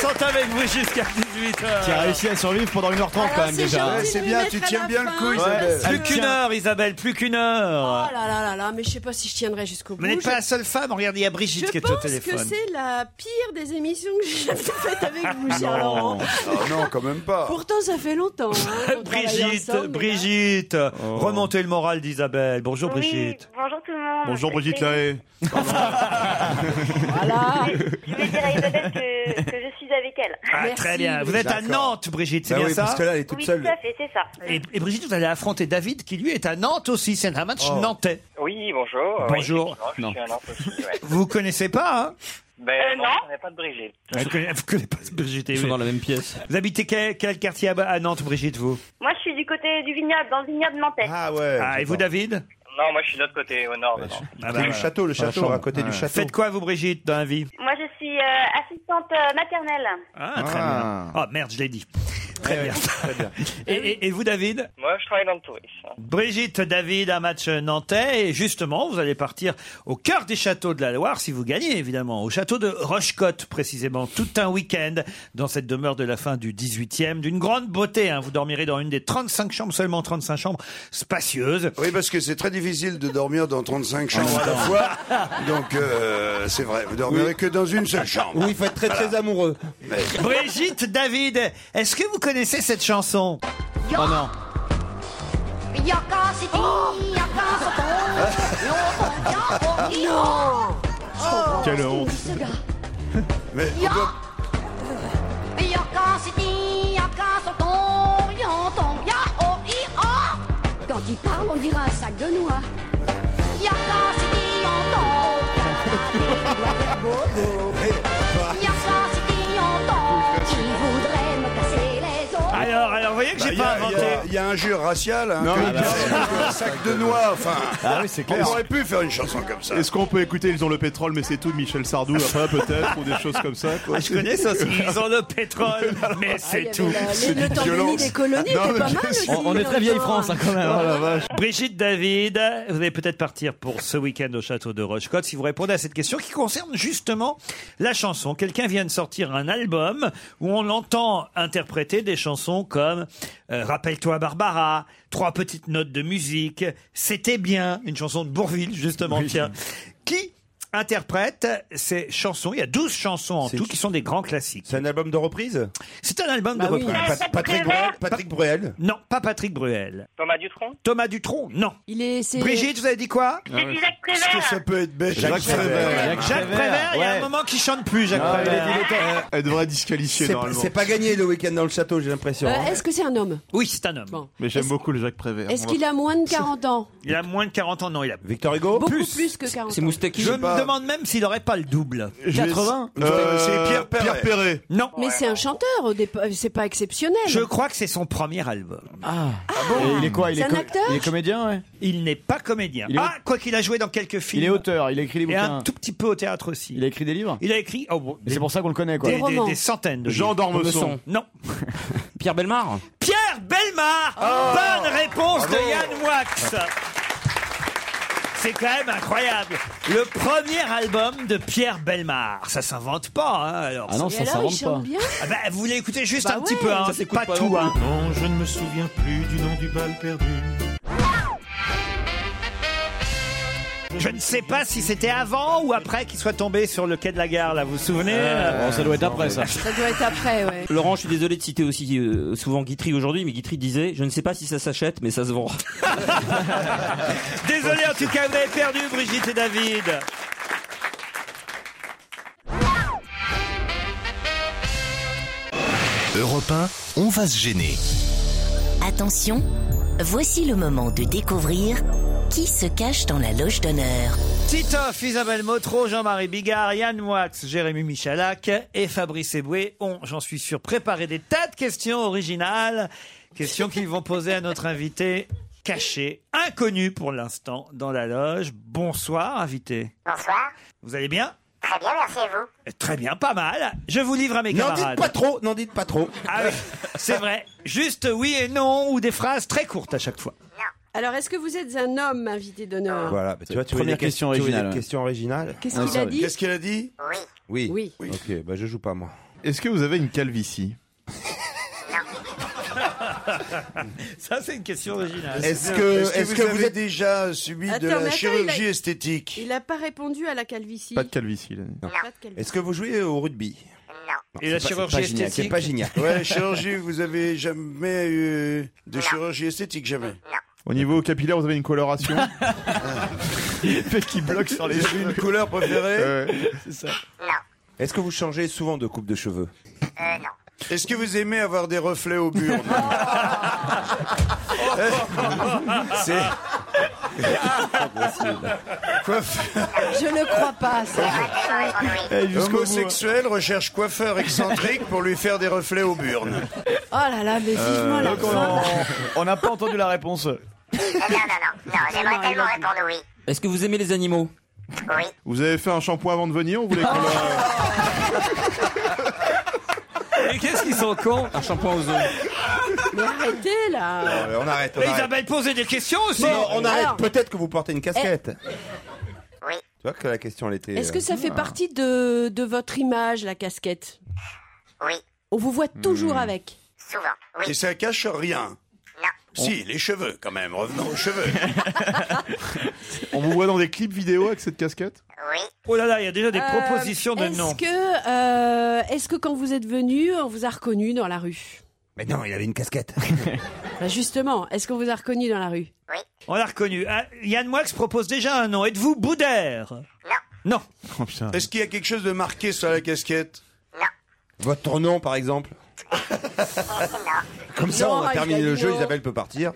C: sont avec vous jusqu'à 18h.
D: Qui a réussi à survivre pendant 1h30 quand même déjà. Ouais.
C: Plus qu'une heure, Isabelle, plus qu'une heure.
M: Oh là là là là, mais je sais pas si je tiendrai jusqu'au bout.
C: Ah, Vous n'êtes pas
M: Je-
C: la seule femme, regardez, il y a Brigitte qui
M: Ah,
C: est
M: Je
C: au
M: pense
C: téléphone.
M: que c'est la pire des émissions que j'ai jamais faites avec
C: *laughs*
M: vous, cher Laurent.
F: Ah
H: non, quand même pas.
M: Pourtant, ça fait longtemps. hein, qu'on travaille
C: Brigitte,
M: ensemble.
C: Brigitte,
F: Oh.
C: remontez le moral d'Isabelle. Bonjour Brigitte.
E: Bonjour tout le
M: Ah,
E: monde.
C: Bonjour, Brigitte
F: Lahaye.
M: Voilà.
E: Je vais dire à Isabelle que, que je suis avec elle.
C: Ah, très bien. Vous êtes à Nantes, Brigitte, c'est
G: Bah
C: bien
G: oui,
C: ça
G: parce que là, elle est toute
E: oui, tout à fait, c'est ça.
C: Et, et Brigitte, vous allez affronter David, qui lui est à Nantes aussi. C'est un match
L: Oh.
C: nantais.
L: Oui, bonjour. Euh,
C: Bonjour.
L: effectivement, Je suis à Nantes aussi, ouais.
C: Vous connaissez pas, hein
L: Ben,
E: Euh,
L: non, on n'est pas de Brigitte.
C: Vous connaissez, Ah, vous connaissez pas Brigitte. Ils
A: sont dans
C: la même pièce. Vous habitez quel, quel quartier à, à Nantes, Brigitte, vous
E: Moi, je suis du côté du vignoble, dans le vignoble nantais.
G: Ah ouais.
C: Ah, et vous, David
L: Non, moi, je suis de l'autre côté, au nord. de Nantes.
C: Ah,
N: bah,
G: le château, le
C: Dans la
G: château,
C: chambre. Ah
G: à côté du
C: Ouais.
G: château.
C: Faites quoi, vous, Brigitte, dans la vie
E: Moi, je suis euh, assistante euh, maternelle.
C: Ah, très bien. Ah, merde, je l'ai dit. Très bien. *laughs* Et, et- et vous, David
L: Moi, je travaille dans le tourisme.
C: Brigitte, David, un match nantais. Et justement, vous allez partir au cœur des châteaux de la Loire, si vous gagnez, évidemment. Au château de Rochecotte, précisément, tout un week-end, dans cette demeure de la fin du 18e, d'une grande beauté. hein. Vous dormirez dans une des 35 chambres, seulement 35 chambres, spacieuses.
H: Oui, parce que c'est très difficile de dormir dans 35 chambres à la fois. *laughs* Donc, euh, c'est vrai, vous dormirez que dans une seule chambre.
G: Oui, il faut être très très amoureux.
C: *laughs* Brigitte, David, est-ce que vous connaissez cette chanson Oh non.
H: Ah.
O: Non
F: Quelle honte.
H: Mais
O: on peut- Quand il parle, on dirait un sac de hein. noix.
C: Alors, alors, vous voyez que
H: Bah,
C: j'ai
H: y a-
C: pas
H: y
C: inventé.
H: a- Il y, a un jeu racial. Hein,
F: Non,
H: que-
F: mais bien
H: un sac de noix, enfin.
F: Ah oui, c'est clair.
H: On aurait pu faire une chanson comme ça.
F: *laughs* Est-ce qu'on peut écouter Ils ont le pétrole, mais c'est tout de Michel Sardou après, peut-être, ou des choses comme ça, quoi.
C: Ah, je connais ça, c'est- ils ont le pétrole,
H: *laughs*
C: mais c'est tout.
M: C'est le temps des
H: Ah,
M: colonies,
C: Non,
M: c'était
C: mais
M: pas mal.
C: qu'est-ce
M: aussi,
C: qu'on- on est très
M: dans le
C: vieille
M: temps,
C: France,
M: hein.
C: hein, quand même. Oh la vache. Brigitte David, vous allez peut-être partir pour ce week-end au château de Rochecotte si vous répondez à cette question qui concerne justement la chanson. Quelqu'un vient de sortir un album où on l'entend interpréter des chansons comme euh, Rappelle-toi Barbara, Trois petites notes de musique, C'était bien, une chanson de Bourville justement, tiens, qui interprète ces chansons. Il y a 12 chansons en tout qui sont des grands classiques. C'est un album de reprise C'est un album
G: Bah
C: de
G: oui. Bah,
C: reprise.
G: Pat- Patrick Bruel- Patrick
C: Bruel Non, pas Patrick Bruel.
L: Thomas Dutronc
C: Thomas Dutronc Non.
M: Il est. c'est-
C: Brigitte, vous avez dit quoi
M: C'est du Jacques Prévert.
C: Ah Est-ce que ça peut être bête
F: Jacques Jacques Prévert. Prévert.
C: Jacques Jacques Prévert, il y a un
G: Ouais.
C: moment qui chante plus, Jacques
G: Non, il
C: Prévert.
G: est dilettant.
C: Euh,
F: Ah, Elle devrait être
G: C'est
F: disqualifiée
G: pas-
F: normalement.
G: c'est pas gagné le week-end dans le château, j'ai l'impression.
M: Euh,
G: hein.
M: Est-ce que c'est un homme
C: Oui, c'est un homme.
F: Mais j'aime beaucoup le Jacques Prévert.
M: Est-ce qu'il a moins de 40 ans
C: Il a moins de 40 ans, non, il a
G: Victor Hugo
M: Beaucoup plus, que 40 ans.
C: Je me demande même s'il n'aurait pas le double.
M: Je vais- 80?
F: Euh,
C: C'est Pierre Perret.
F: Pierre Perret.
C: Non.
M: Mais c'est un chanteur, au départ, c'est pas exceptionnel.
C: Je crois que c'est son premier album. Ah,
D: bon Il est quoi Il est
M: C'est un co- acteur il est
C: comédien, Il n'est pas comédien.
D: Il est-
C: Ah, quoi qu'il a joué dans quelques films.
D: Il est auteur, il a écrit des
C: Et
D: bouquins.
C: un tout petit peu au théâtre aussi. Il
D: a écrit des livres
C: Il a écrit. oh, bon,
D: Et c'est pour ça qu'on le connaît, quoi.
C: Des, des- des centaines de
D: Jean
C: livres.
D: d'Ormesson. *laughs*
C: Non.
A: Pierre Belmar
C: Pierre Belmar Bonne réponse de Yann Wax c'est quand même incroyable. Le premier album de Pierre Belmar. Ça s'invente pas, hein, alors.
D: Ah non, ça Et alors, s'invente il chante pas. bien
C: Ah bah, vous voulez écouter juste
D: Bah
C: un petit
D: ouais.
C: peu, hein,
D: Ça
C: c'est
D: s'écoute
C: pas,
D: pas non
C: tout,
D: plus.
C: hein.
P: Non, je ne me souviens plus du nom du bal perdu.
C: Je ne sais pas si c'était avant ou après qu'il soit tombé sur le quai de la gare, là, vous vous souvenez
D: oh,
A: Euh, ça doit être après, ça.
M: Ça doit être après, ouais.
A: Laurent, je suis désolé de citer aussi euh, souvent Guitry aujourd'hui, mais Guitry disait Je ne sais pas si ça s'achète, mais ça se vend.
C: *laughs* Désolé, en tout cas, vous avez perdu, Brigitte et David.
B: Europe 1, on va se gêner. Attention, voici le moment de découvrir qui se cache dans la loge d'honneur.
C: Titoff, Isabelle Motro, Jean-Marie Bigard, Yann Moix, Jérémy Michalak et Fabrice Eboué ont, j'en suis sûr, préparé des tas de questions originales. Questions qu'ils vont poser à notre invité caché, inconnu pour l'instant, dans la loge. Bonsoir, invité.
Q: Bonsoir.
C: Vous allez bien Eh,
Q: Très bien, merci et vous.
C: Très bien, pas mal. Je vous livre à mes
G: N'en
C: camarades.
G: dites pas trop, n'en dites pas trop.
C: Ah oui, c'est vrai. Juste oui et non ou des phrases très courtes à
H: *laughs*
C: chaque fois.
M: Alors, est-ce que vous êtes un homme invité d'honneur
G: Voilà, bah, tu vois, tu
D: Première
G: voulais des que-
D: question
G: tu voulais des
D: originale, ouais.
G: questions originales.
M: Qu'est-ce qu'il a dit
H: Qu'est-ce qu'il a dit
G: Oui.
M: Oui.
G: Ok, bah je joue pas moi.
F: Est-ce que vous avez une calvitie
C: Ça, c'est une question originale.
H: Est-ce que, est-ce que vous avez déjà subi
M: Attends,
H: de
M: mais
H: la
M: attends,
H: chirurgie
M: il a-
H: esthétique
M: Il n'a pas répondu à la calvitie.
F: calvitie.
M: Pas de calvitie.
G: Est-ce que vous jouez euh, au rugby Non.
C: Et la chirurgie esthétique
G: C'est pas génial.
H: *laughs*
G: *laughs*
H: Ouais, chirurgie, vous avez jamais eu euh, de chirurgie esthétique, jamais
F: Au niveau capillaire, vous avez
C: *laughs*
F: une coloration
H: *laughs*
F: Fait qui bloque sur les
H: Une couleur préférée
F: C'est ça.
G: Est-ce que vous changez souvent de coupe de cheveux
Q: euh,
H: Est-ce que
G: *laughs*
H: vous aimez avoir des reflets au burnes
G: C'est Ah,
H: Coiffeur.
M: Je ne crois pas, ça.
G: Eh, hein.
H: Homosexuel recherche coiffeur excentrique pour lui faire des reflets au burnes.
M: Oh là là, mais
H: Euh,
G: Euh,
M: vivement la
D: Donc on- on n'a pas entendu la réponse.
Q: Non, j'aimerais tellement répondre oui.
A: Est-ce que vous aimez les animaux
F: Vous avez fait un shampoing avant de venir On voulait qu'on le-
C: *laughs* Mais qu'est-ce qu'ils sont cons
A: Un shampoing aux ongles.
M: Mais arrêtez, là
G: On arrête. on
C: Mais
G: arrête.
C: Isabelle posait des questions aussi.
G: Non, on arrête.
M: Alors-
G: Peut-être que vous portez une casquette. Tu vois que la question, elle était.
M: Est-ce
G: euh,
M: que ça fait
G: ah.
M: partie de, de votre image, la casquette
Q: Oui,
M: On vous voit toujours avec.
Q: souvent.
H: Et ça cache rien. Si, les cheveux quand même, revenons aux cheveux.
F: On vous voit dans des clips vidéo avec cette casquette
C: Oh là là, il y a déjà des
M: Euh,
C: propositions de
M: est-ce
C: noms.
M: Que, euh, est-ce que quand vous êtes venu, on vous a reconnu dans la rue
G: Mais non, il avait une casquette.
M: Bah, Justement, est-ce qu'on vous a reconnu dans la rue
C: *laughs* On l'a reconnu. Ah, Yann Moix propose déjà un nom. Êtes-vous Boudère Non.
H: Est-ce qu'il y a quelque chose de marqué sur la casquette
G: Votre nom, par exemple. Comme ça,
C: Non,
G: on a
C: il
G: terminé
C: a
G: le
C: dit
G: jeu.
C: non.
G: Isabelle peut partir.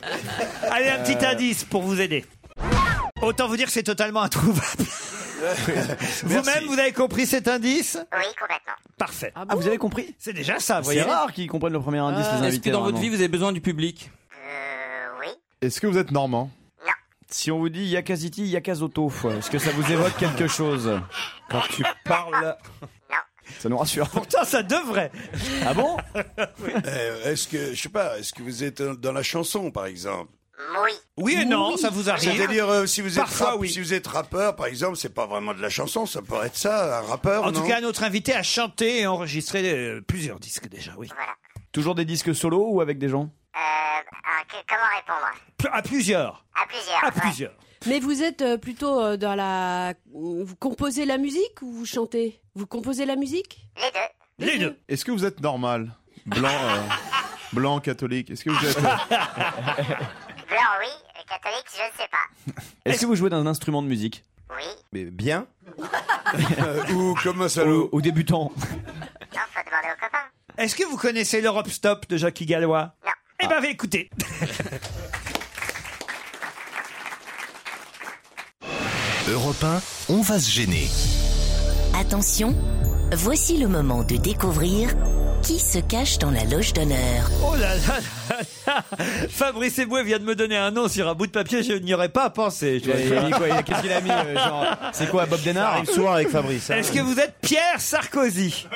C: Allez, un petit
G: Euh.
C: indice pour vous aider. Autant vous dire que c'est totalement
H: *laughs*
C: introuvable. Vous-même, vous avez compris cet indice
Q: Oui, complètement.
C: Parfait.
D: Ah, vous avez compris
C: C'est déjà ça, Ah, vous voyez. Ah,
D: C'est rare qu'ils comprennent le premier indice, les
A: Ah. Est-ce que
D: invités.
A: dans votre
D: vraiment.
A: vie, vous avez besoin du public
D: Est-ce que vous êtes normand Si on vous dit Yakaziti, Yakazoto, est-ce que ça vous évoque quelque chose Quand tu parles. Ça nous rassure.
C: Pourtant, ça devrait.
D: Ah
H: *laughs*
D: bon
H: Euh, Est-ce que, je sais pas, est-ce que vous êtes dans la chanson par exemple
Q: Oui.
C: Oui et non, ça vous arrive.
H: C'est-à-dire, euh, si, vous êtes
C: Parfois,
H: rap-
C: oui.
H: si vous êtes rappeur, par exemple, c'est pas vraiment de la chanson, ça pourrait être ça, un rappeur.
C: En
H: non
C: tout cas, notre invité a chanté et enregistré euh, plusieurs disques déjà, oui.
D: Toujours des disques solo ou avec des gens
Q: Euh, euh, que- comment répondre
C: Pl- À plusieurs.
Q: À plusieurs.
C: À
Q: ouais.
C: plusieurs.
M: Mais vous êtes euh, plutôt euh, dans la. Vous composez la musique ou vous chantez Vous composez la musique
C: Les deux.
F: Est-ce que vous êtes normal Blanc, euh, blanc, catholique. Est-ce que vous êtes. euh,
Q: Blanc, oui. et Catholique, je ne sais pas.
D: Est-ce que vous jouez d'un instrument de musique
Q: Oui.
D: Mais *laughs* bien. *laughs* Euh,
G: ou comme un salaud.
D: Ou, débutant.
Q: Non, faut demander aux copains.
C: Est-ce que vous connaissez l'Europe Stop de Jackie Gallois
Q: Non.
C: Eh
D: Ah.
C: ben, écoutez.
D: *laughs*
C: *laughs*
B: Europe 1, on va se gêner. Attention, voici le moment de découvrir qui se cache dans la loge d'honneur.
C: Oh là là là là Fabrice Eboué vient de me donner un nom sur un bout de papier, je n'y aurais pas pensé.
D: Il a mis quoi Qu'est-ce qu'il a *laughs* mis, euh, genre, c'est quoi, Bob Denard Ça arrive souvent avec Fabrice, hein.
C: Est-ce que vous êtes Pierre Sarkozy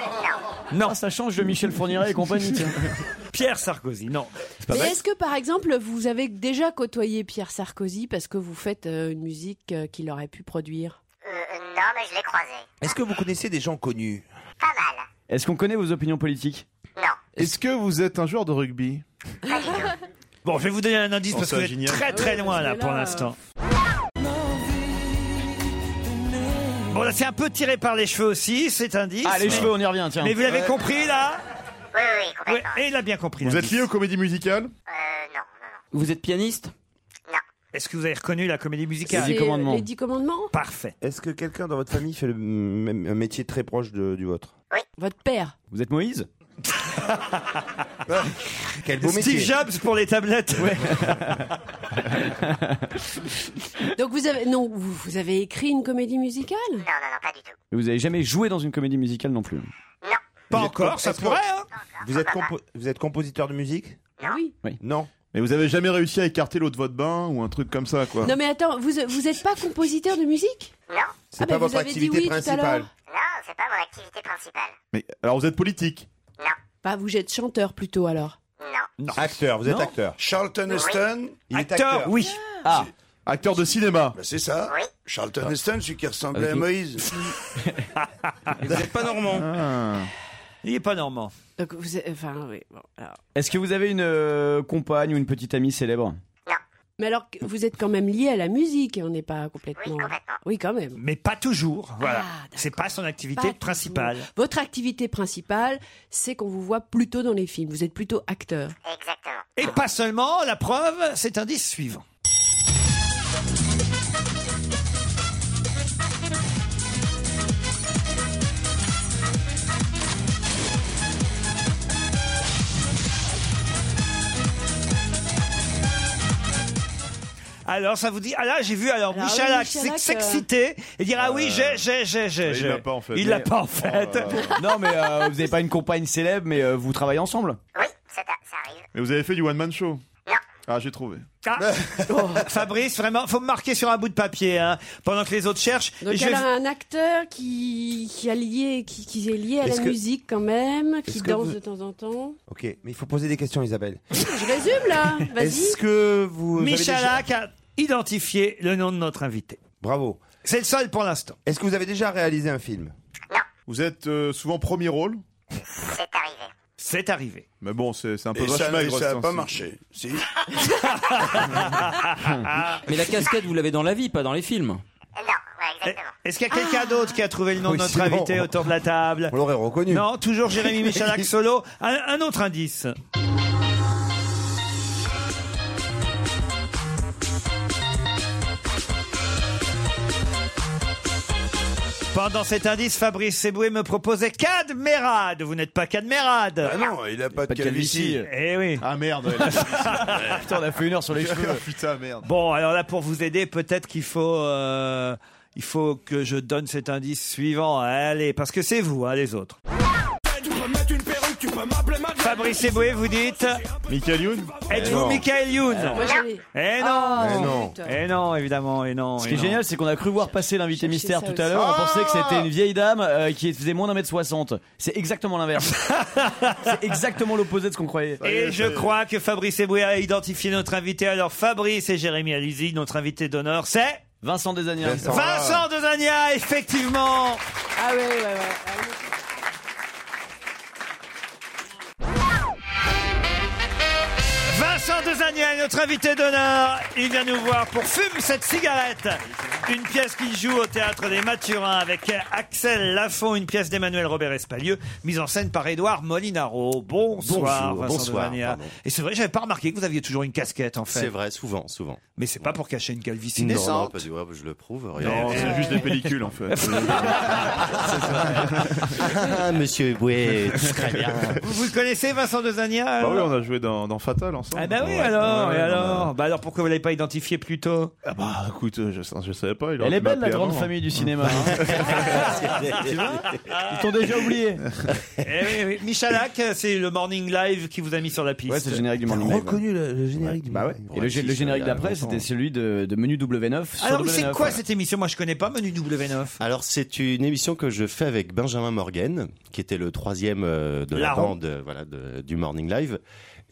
C: Non.
D: ça change de Michel Fourniret et compagnie.
C: *laughs* Pierre Sarkozy, non.
M: Mais est-ce que par exemple vous avez déjà côtoyé Pierre Sarkozy parce que vous faites euh, une musique euh, qu'il aurait pu produire
Q: Euh, non, mais je l'ai croisé.
D: Est-ce que vous connaissez des gens connus
Q: Pas mal.
D: Est-ce qu'on connaît vos opinions politiques
F: Est-ce que vous êtes un joueur de rugby
C: Bon, je vais vous donner un indice
F: Oh,
C: parce que
F: ça,
C: vous êtes
F: génial.
C: très très loin là pour l'instant. Bon, là c'est un peu tiré par les cheveux aussi, cet indice.
D: Ah, les
C: mais-
D: cheveux, on y revient, tiens.
C: Mais vous l'avez
D: Ouais.
C: compris là
Q: Oui, oui, oui, complètement.
C: Ouais, Et il a bien compris.
F: Vous
C: l'indice.
F: êtes lié aux comédies
Q: Euh,
F: musicales
Q: non.
C: Vous êtes pianiste Est-ce que vous avez reconnu la comédie musicale
M: C'est Les dix commandements
C: *laughs* Parfait.
G: Est-ce que quelqu'un dans votre famille fait le même un métier très proche de- du vôtre
M: Votre père
D: Vous êtes Moïse
G: *laughs* Quel beau métier.
C: Steve Jobs pour les tablettes.
M: Donc vous avez non vous, vous avez écrit une comédie musicale Non non
Q: non pas du tout.
D: Et *laughs* Vous avez jamais joué dans une comédie musicale non plus
C: Pas
G: Vous êtes
C: encore,
G: comp-
C: ça
G: est-ce que-
C: pourrait. Hein
G: vous, êtes compo- vous êtes compositeur de musique
M: Ah Oui.
G: Non.
F: Mais vous avez jamais réussi à écarter l'eau de votre bain ou un truc comme ça, quoi.
M: Non mais attends vous vous êtes pas compositeur de musique
Q: Non.
F: C'est
M: Ah,
F: pas
M: bah, vous
F: votre
M: avez dit
F: activité
M: oui tout à
F: principale.
M: l'heure.
Q: Non, c'est pas mon activité principale.
F: Mais alors vous êtes politique
M: Bah vous êtes chanteur plutôt alors.
G: Acteur, vous êtes
F: Non.
G: acteur.
H: Charlton Heston.
G: Il est Acteur, acteur.
C: oui.
H: Ah. Bah,
F: Acteur de cinéma.
H: c'est ça.
C: Ah.
H: Charlton Heston, celui qui ressemblait
F: Ok.
H: à Moïse.
D: Ah,
C: Vous n'êtes pas normand. Il n'est pas normand.
M: Donc vous êtes- enfin oui bon alors.
D: Ah. Est-ce que vous avez une euh, compagne ou une petite amie célèbre
M: Mais alors que vous êtes quand même lié à la musique hein, on n'est pas complètement. Oui quand même.
C: *laughs* Mais pas toujours. Voilà. c'est pas son
M: Pas
C: activité
M: toujours.
C: principale.
M: Votre activité principale, c'est qu'on vous voit plutôt dans les films. Vous êtes plutôt acteur.
C: Et pas seulement, la preuve, c'est indice suivant. Alors, ça vous dit, ah là, j'ai vu, alors,
M: Alors,
C: Michalak
M: oui, euh, Michalak,
C: s'ex- s'exciter et dire, ah oui, j'ai, j'ai, j'ai,
F: Ah,
C: j'ai.
D: Euh, il
C: j'ai.
D: l'a pas, en fait.
C: Il l'a
F: Oh,
C: pas, en fait.
D: *laughs* Non, mais euh, vous n'avez pas une compagne célèbre, mais euh, vous travaillez ensemble
F: Mais vous avez fait du one-man show Ah, j'ai trouvé.
C: *laughs* Ah.
M: *laughs*
C: Fabrice, vraiment, faut me marquer sur un bout de papier, hein, pendant que les autres cherchent.
M: Donc
C: Et je
M: elle
C: vais-
M: a un acteur qui, qui, a lié, qui, qui est lié à la
G: Est-ce que-
M: musique quand même, qui
G: est-ce que
M: danse
G: vous-
M: de temps en temps.
G: Ok, mais il faut poser des questions, Isabelle.
M: Je résume là, vas-y.
G: Est-ce que vous. avez
C: Michalak
G: déjà-
C: a identifié le nom de notre invité.
G: Bravo.
C: C'est le seul pour l'instant.
G: Est-ce que vous avez déjà réalisé un film
F: Vous êtes euh, souvent premier rôle
Q: C'est arrivé.
C: C'est arrivé.
F: Mais bon, c'est c'est un peu
H: Et ça
F: vache maigre.
H: n'a
F: ça,
H: pas
F: c'est-
H: marché. Si.
A: *laughs* Mais la casquette, vous l'avez dans la vie, pas dans les films.
C: Est-ce qu'il y a quelqu'un
M: Ah
C: d'autre qui a trouvé le nom
A: Oui,
C: de notre
A: c'est bon.
C: invité autour de la table
G: On l'aurait reconnu.
C: Non, toujours Jérémy Michalak solo. Un, un autre indice. Pendant cet indice, Fabrice Seboué me proposait Cadmerade. Vous n'êtes pas Cadmerade.
H: Ah non, il n'a pas, de calvitie.
C: Eh oui.
D: Ah merde. ouais, la calvitie. *laughs* Putain, on a fait une heure sur
F: *laughs*
D: les cheveux.
F: Ah, Putain, merde.
C: Bon, alors là, pour vous aider, peut-être qu'il faut, euh, il faut que je donne cet indice suivant. Allez, parce que c'est vous, hein, les autres. Fabrice Eboué, vous dites
F: Michael Youn
D: Eh
C: Êtes-vous Michael Youn
M: Moi, j'avais-
C: Eh
M: Ah,
C: non
M: putain.
C: Eh non, évidemment, et non.
D: Ce
C: eh
D: qui est
C: non.
D: génial, c'est qu'on a cru voir passer l'invité mystère
M: ça
D: tout à l'heure. On pensait que
F: Ah
D: c'était une vieille dame euh, qui faisait moins d'un mètre soixante. C'est exactement
F: *laughs*
D: l'inverse. c'est exactement l'opposé de ce qu'on croyait.
C: Et je crois que Fabrice Eboué a identifié notre invité. Alors, Fabrice et Jérémy Alizzi, notre invité d'honneur, c'est
D: Vincent Desagnas.
C: Vincent Dezania, Ah, effectivement
M: Ah ouais, ouais, ouais.
C: Vincent Vincent Desagnet, notre invité d'honneur, il vient nous voir pour Fume cette cigarette. Une pièce qu'il joue au théâtre des Mathurins avec Axel Lafont, une pièce d'Emmanuel Robert Espalieu, mise en scène par Édouard Molinaro. Bonsoir,
N: Bonjour,
C: Vincent
N: bonsoir,
C: Desagnet.
N: pardon.
C: Et c'est vrai, j'avais pas remarqué que vous aviez toujours une casquette en fait.
N: C'est vrai, souvent, souvent.
C: Mais c'est pas pour cacher une calvitie
N: Non,
C: naissante.
N: non, pas du- ouais, je le prouve.
C: Non, c'est juste des pellicules, *laughs*
D: *laughs*
N: en fait.
G: Ah,
N: Monsieur Eboué, très bien.
C: Vous, vous le connaissez, Vincent euh Desagnet
F: Bah oui,
C: alors
F: on a joué dans, dans Fatal ensemble.
C: Ah bah oui,
F: Ouais.
C: alors,
F: Ouais,
C: et
F: on a-
C: alors Bah alors pourquoi vous l'avez pas identifié plus tôt
F: Ah bah écoute, euh, je, je savais pas. il aurait
D: Elle est
F: pu
D: belle la
F: m'appeler
D: grande
F: avant. hein. Bah,
D: famille du cinéma.
C: *laughs*
D: hein. tu vois Ils t'ont déjà oublié.
C: Eh oui, oui. Michalak, c'est le Morning Live qui vous a mis sur la piste.
D: Ouais, c'est le générique du Morning Live.
G: le, générique
D: Bah ouais. Et le, gé- le générique d'après, c'était celui de, de Menu W9. sur
C: Alors, mais
D: W9,
C: c'est quoi
D: ouais.
C: cette émission Moi, je connais pas Menu W9.
N: Alors c'est une émission que je fais avec Benjamin Morgan, qui était le troisième euh, de la
C: Larron.
N: bande euh, voilà, de- du Morning Live.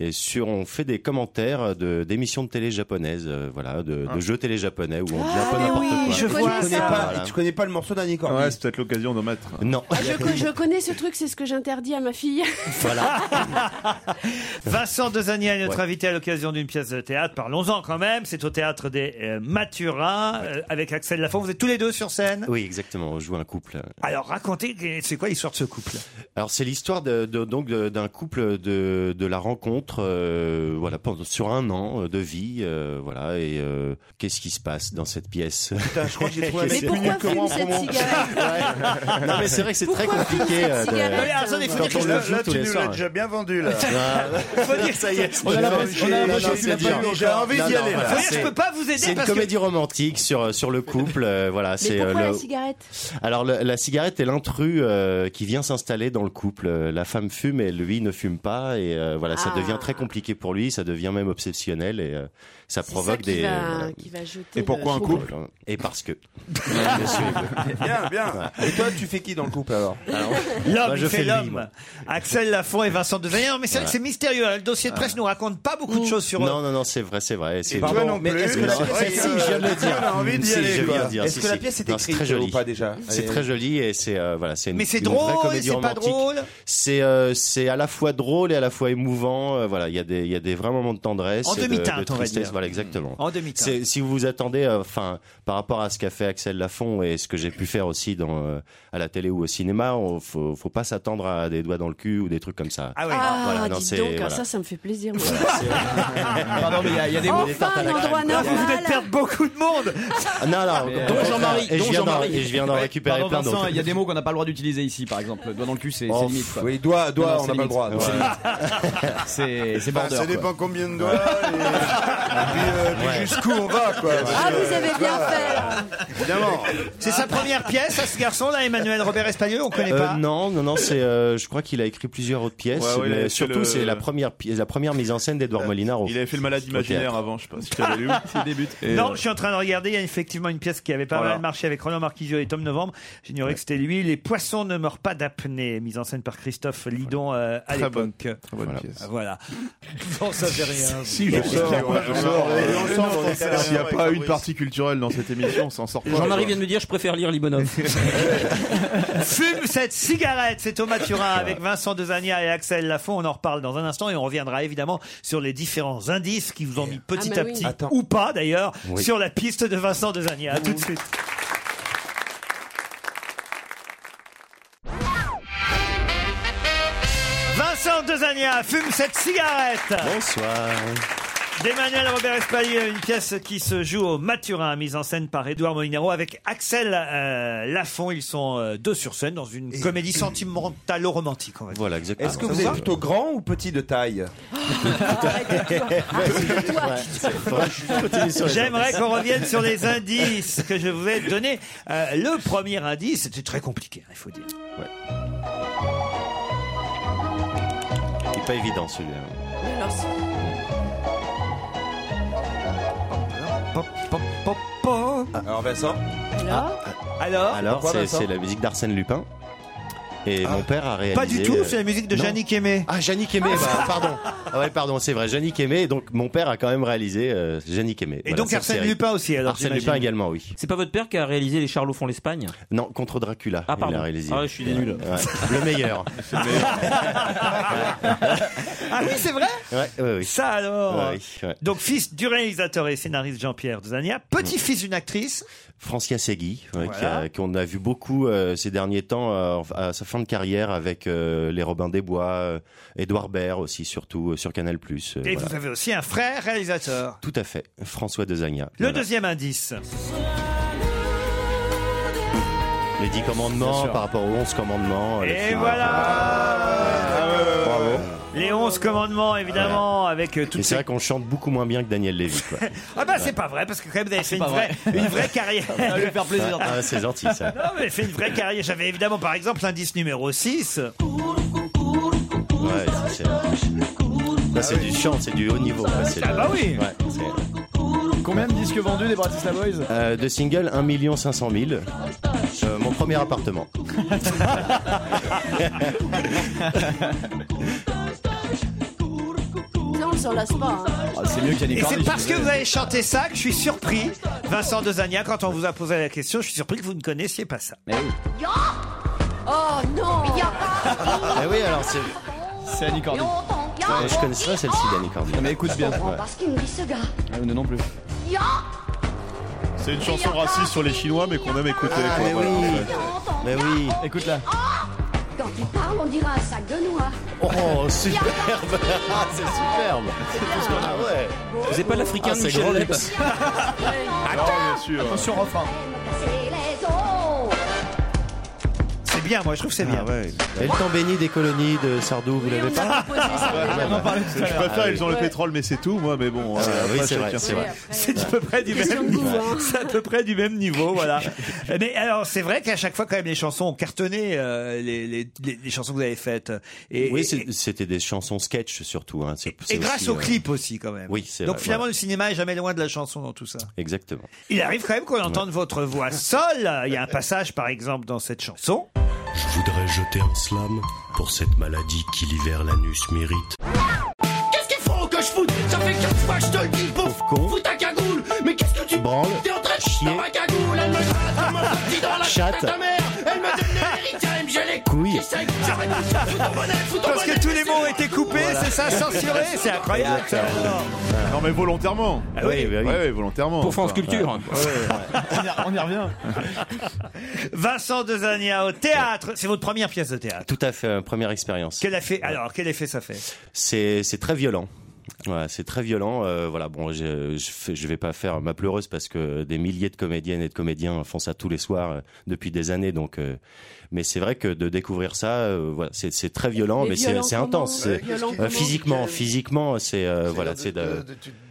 N: Et sur, on fait des commentaires de d'émissions de télé japonaises, euh, voilà, de, de
F: Ah.
N: jeux télé japonais où on dit un peu
M: mais
N: n'importe
M: oui,
N: quoi.
M: je Je vois connais ça. ça.
N: Voilà.
G: Tu connais pas le morceau d'Annie Cordy
F: Ouais, c'est peut-être l'occasion d'en mettre.
N: Non.
D: Ah,
M: Je, co- je connais ce truc, c'est ce que j'interdis à ma fille.
N: Ah, Voilà.
C: *laughs* Vincent Desagnet, notre
M: Ouais.
C: invité à l'occasion d'une pièce de théâtre. Parlons-en quand même. C'est au théâtre des euh, Mathurins euh, avec Axel Lafont. Vous êtes tous les deux sur scène.
N: Oui, exactement. On joue un couple.
C: Alors, racontez, c'est quoi l'histoire de ce couple
N: Alors c'est l'histoire de, de- donc de- d'un couple de, de la rencontre, euh, voilà, pendant, sur un an euh, de vie, euh, voilà. Et euh, qu'est-ce qui se passe dans cette pièce
G: je crois que j'ai trouvé
C: Mais pourquoi fume cette cigarette
N: Non mais c'est vrai que c'est très
C: Pourquoi fume
N: compliqué.
C: cette
N: euh, de-
C: cigarette Oui, alors, ça, il faut
N: quand
C: dire
N: on
C: que
N: le
C: là-
N: joue
C: là,
N: tous
C: tu
N: les
C: nous
N: soirs.
C: l'as déjà
G: bien vendu là.
N: Ouais.
C: Faut dire- ça y est,
N: On a
C: j'ai-
N: l'impression-
C: j'ai-
N: on a l'impression
C: non,
N: qu'il
C: c'est
N: a pas
C: dur.
N: eu encore.
C: J'ai envie
N: Non,
C: d'y
N: non,
C: aller,
N: voilà,
C: là. Faut dire,
N: c'est-
C: je peux pas vous aider
N: C'est une
C: parce que-
N: comédie romantique sur sur le couple, euh, voilà.
M: Mais
N: C'est euh,
M: pourquoi la
N: le-
M: cigarette
N: alors le- la cigarette est l'intrus euh, qui vient s'installer dans le couple. Euh, La femme fume et lui ne fume pas et euh, voilà, ça
M: Ah.
N: devient très compliqué pour lui, ça devient même obsessionnel et euh, ça
M: C'est
N: provoque
M: ça qui
N: des.
M: va-
N: euh, voilà.
M: qui va jeter le trouble. *laughs*
N: Et parce que.
G: *laughs* Bien, bien. Et toi, tu fais qui dans le couple alors
C: L'homme,
N: Bah, je
C: il fait
N: fais lui,
C: l'homme. Axel Lafont et Vincent Deveilleux. Mais c'est vrai que
N: Voilà.
C: c'est mystérieux. hein. Le dossier de presse nous raconte pas beaucoup de choses sur euh, eux.
N: Non, non, non, c'est vrai, c'est vrai. C'est
G: toi non Mais plus, est-ce que la- c'est vrai
N: Si,
G: que,
N: je viens de le dire.
G: on a envie d'y
N: Si,
G: aller,
N: je viens
G: quoi.
N: de dire,
G: Est-ce
N: si,
G: que la
N: si.
G: pièce est
N: Non, c'est
G: écrite
N: très joli.
G: ou pas, déjà
N: C'est
G: Et-
N: très joli et c'est euh, voilà, c'est une,
C: Mais c'est
N: une vraie
C: drôle,
N: comédie
C: c'est pas
N: romantique.
C: drôle
N: C'est euh, c'est à la fois drôle et à la fois émouvant. euh, voilà, il y a des il y a des vrais moments de tendresse,
C: En
N: et de-
C: demi-teinte,
N: de
C: on va
N: tristesse,
C: dire.
N: Voilà, exactement.
C: En demi-teinte.
N: C'est- Si vous vous attendez, euh, enfin, par rapport à ce qu'a fait Axel Lafont et ce que j'ai pu faire aussi dans euh, à la télé ou au cinéma, on, faut faut pas s'attendre à des doigts dans le cul ou des trucs comme ça.
M: Ah,
N: Voilà, non,
M: dis
N: c'est-
M: donc, hein,
N: voilà.
M: ça, ça me fait plaisir. moi.
N: Pardon, mais il y a- il y a des- des
M: enfin,
N: tartes à
M: un
N: la crème,
M: endroit
N: quoi.
M: normal.
N: Vous
C: faites perdre beaucoup de monde.
N: Ah, Non, non,
D: Dont
N: donc
D: Jean-Marie,
N: Et
D: dont
N: je viens d'en-
D: Jean-Marie.
N: et je viens d'en
D: Ouais,
N: récupérer
D: pardon,
N: plein d'autres.
D: Vincent, il y a des mots qu'on n'a pas le droit d'utiliser ici, par exemple. Le doigt dans le cul, c'est
N: Oh,
D: c'est limite. Quoi.
G: oui, doigt, doigt, on n'a pas le droit.
D: C'est
G: Ouais.
D: limite. *laughs* C'est c'est
H: Enfin,
D: border.
H: ça
D: quoi.
H: dépend combien de doigts et, et puis, euh, puis jusqu'où on va quoi.
M: Ah, vous avez bien fait. hein. là.
H: Évidemment.
C: C'est sa première pièce à ce garçon là, Emmanuel Robert Espagnol, on connaît
N: Euh,
C: pas.
N: non, non, non, c'est, euh, je crois qu'il a écrit plusieurs autres pièces,
F: Ouais, ouais, il
N: mais
F: avait fait
N: surtout
F: le-
N: c'est la première pièce, la première mise en scène d'Edouard Molinaro.
F: Il avait fait le malade imaginaire avant, je sais pas si tu l'avais
N: *laughs*
F: lu.
C: *laughs*
D: C'est début.
N: euh,
C: Non, je suis en train de regarder. Il y a effectivement une pièce qui avait pas
F: euh, Voilà.
C: mal marché avec Roland Marquisio et Tom Novembre. J'ignorais que c'était lui. Les poissons ne meurent pas d'apnée, mise en scène par Christophe Lidon euh, à
F: Très bonne,
C: l'époque.
F: très bonne pièce.
C: Voilà. Non, ça fait rien.
F: Si je sors, je sors.
C: Ouais, non, on est pas là.
F: S'il n'y a pas une partie culturelle dans cette émission, on s'en sort pas.
A: Jean-Marie
F: quoi.
A: vient de me dire, je préfère
C: *laughs*
A: lire Libonov.
C: Fume cette cigarette, c'est au Maturin avec Vincent Desagna et Axel Lafont. On en reparle dans un instant et on reviendra évidemment sur les différents indices qui vous ont mis petit
D: Ah, bah
C: à
D: oui.
C: petit,
D: Attends.
C: ou pas d'ailleurs,
D: Oui.
C: sur la piste de Vincent Desagna. À tout de suite. Vincent Desagna fume cette cigarette.
N: Bonsoir.
C: D'Emmanuel Robert Espalier, une pièce qui se joue au Maturin, mise en scène par Édouard Molinaro avec Axel euh, Lafont. Ils sont euh, deux sur scène dans une comédie sentimentalo-romantique. on va dire.
N: Voilà, exactement.
G: Est-ce que vous êtes plutôt grand ou petit de taille
D: Oh,
C: J'aimerais qu'on revienne sur les indices que je vous ai donnés. Euh, le premier indice, c'était très compliqué, hein, il faut dire.
N: Il est pas évident celui-là.
M: Mais alors, c'est-
G: Alors Vincent
M: Alors
C: Alors,
N: Alors
G: Pourquoi,
N: c'est
G: Vincent
D: Ah,
N: c'est la musique d'Arsène Lupin. Et mon père a réalisé.
C: Pas du tout,
N: euh,
C: c'est la musique de
N: non.
C: Yannick Aimé.
N: Ah, Yannick Aimé, bah, pardon. Ah ouais, pardon, c'est vrai. Yannick Aimé, donc mon père a quand même réalisé euh, Yannick Aimé.
C: Et donc Arsène Lupin aussi, alors,
N: Arsène
C: j'imagine.
N: Lupin également, oui.
A: C'est pas votre père qui a réalisé Les Charlots font l'Espagne
N: Non, contre Dracula.
A: Ah,
N: il
A: pardon.
N: l'a réalisé.
A: Ah, je suis des
N: Ouais,
A: nuls. *laughs*
N: ouais. Le meilleur.
C: Ah oui, c'est vrai
N: Ouais, ouais, oui.
C: Ça alors
N: Ouais, ouais.
C: Donc fils du réalisateur et scénariste Jean-Pierre Duzania, petit-fils d'une actrice.
N: Francia Segui, ouais, qui
C: Voilà.
N: a- qu'on a vu beaucoup euh, ces derniers temps euh, en- à sa fin de carrière avec euh, les Robins des Bois, euh, Édouard Baird aussi surtout euh, sur Canal+. euh,
C: Et
N: voilà.
C: vous avez aussi un frère réalisateur.
N: Tout à fait, François Dezagna.
C: Le deuxième indice.
N: Les 10 commandements par rapport aux 11 commandements.
C: Et voilà
N: Ah,
C: Les 11 commandements, évidemment, avec euh,
N: Et c'est vrai qu'on chante beaucoup moins bien que Daniel Lévy. Quoi.
C: *laughs* Ah bah c'est pas vrai parce que quand même vous avez fait une
N: Ah, pas
C: vraie,
N: vrai.
C: une vraie carrière.
N: Ça va lui
C: *laughs*
N: faire plaisir. Ah, c'est gentil, ça.
C: Non mais fait une vraie carrière. J'avais évidemment par exemple l'indice numéro 6.
N: Ouais, c'est, c'est- Là, c'est du chant, c'est du haut niveau. quoi, c'est
D: Ah
N: le-
D: bah oui.
N: Ouais, c'est-
D: Combien de disques vendus les Bratislava Boys
N: Euh, de single 1 500 000. Euh, mon
C: *laughs*
N: premier appartement.
M: Non, on s'en lasse pas. hein.
D: C'est mieux
C: Et c'est parce que vous avez chanté ça que je suis surpris, Vincent Dezania, quand on vous a posé la question, je suis surpris que vous ne connaissiez pas ça.
M: Oh non
C: Ah
N: Eh oui, alors c'est.
D: C'est Annie Cordy.
N: Ouais, je connaissais pas celle-ci d'Annie Cordy.
D: Mais écoute bien.
O: comprends pas ce qu'il me dit ce gars.
D: Ah, non, non plus.
O: Yo
F: C'est une chanson raciste sur les Chinois, mais qu'on aime écouter.
O: Ah,
F: quoi,
O: mais
F: voilà,
O: oui.
F: en fait.
N: Mais oui.
D: Écoute-la.
O: Oh. Quand il parle, on dirait un sac de noix.
N: Oh, superbe Ah, c'est superbe Ah ouais
A: Vous êtes pas l'Africain
N: Ah,
A: de
N: c'est
A: Michel
N: grand,
A: Leps
N: Leps.
F: bien sûr.
D: Attention, refrain.
O: C'est les os.
C: C'est bien, moi je trouve que c'est
N: Ah
C: bien.
N: Et le temps béni des colonies de Sardou, vous
C: *laughs*
N: l'avez pas
F: Je préfère, ils ont le pétrole, mais c'est tout, moi, mais bon.
N: Ah,
F: euh,
N: oui,
F: après,
N: c'est vrai,
F: chacun.
N: c'est vrai.
C: C'est à peu près du même niveau.
N: hein.
C: C'est à peu près du même niveau, voilà. Mais alors, c'est vrai qu'à chaque fois, quand même, les chansons ont cartonné, euh, les, les- les- les chansons que vous avez faites. Et,
N: Oui,
C: et-
N: c'est- c'était des chansons sketch surtout. Hein. C'est-
C: et
N: c'est
C: grâce
N: aussi,
C: au
N: euh,
C: clip aussi, quand même.
N: Oui, c'est
C: Donc
N: vrai,
C: finalement,
N: ouais.
C: le cinéma est jamais loin de la chanson dans tout ça.
N: Exactement.
C: Il arrive quand même qu'on entende votre voix seule. Il y a un passage, par exemple, dans cette chanson.
R: Je voudrais jeter un slam pour cette maladie qui l'hiver l'anus mérite.
J: Qu'est-ce qu'il faut que je foute Ça fait 4 fois que je te le dis, pauvre con. Fous ta cagoule, mais qu'est-ce que tu branles T'es en train de chier dans ma cagoule, elle me gratte, elle me ratit dans la
N: Chatte.
J: tête à ta mère, elle me donne le mérite, elle me gèle les
N: Couille.
J: qui saignent, j'arrête de foutre ton bonnet, fous ton
C: Parce
J: bonnet,
C: que tous les
J: c'est
C: mots
J: bon.
C: étaient coupés, c'est ça, censuré, c'est incroyable. ça.
F: Non, mais volontairement.
C: Ah oui.
N: bah Ah oui.
F: Ouais, ouais, volontairement.
A: Pour France
F: Enfin,
A: Culture.
F: ouais. Ouais, ouais.
D: On y, on y revient.
C: Vincent Dezania au théâtre. C'est votre première pièce de théâtre.
N: Tout à fait, euh, première expérience.
C: Quel effet, alors, quel effet ça fait
N: C'est c'est très violent. Ouais, c'est très violent. euh, voilà, bon, je, je, fais- je vais pas faire ma pleureuse parce que des milliers de comédiennes et de comédiens font ça tous les soirs euh, depuis des années. Donc, euh, mais c'est vrai que de découvrir ça, euh, voilà, c'est c'est très violent,
M: Mais
N: mais c'est
M: violent
N: c'est
M: comment
N: intense.
M: Mais
N: c'est-
M: violent
N: euh,
M: comment
N: physiquement, physiquement, c'est euh, voilà,
H: de-
N: c'est de,
H: de-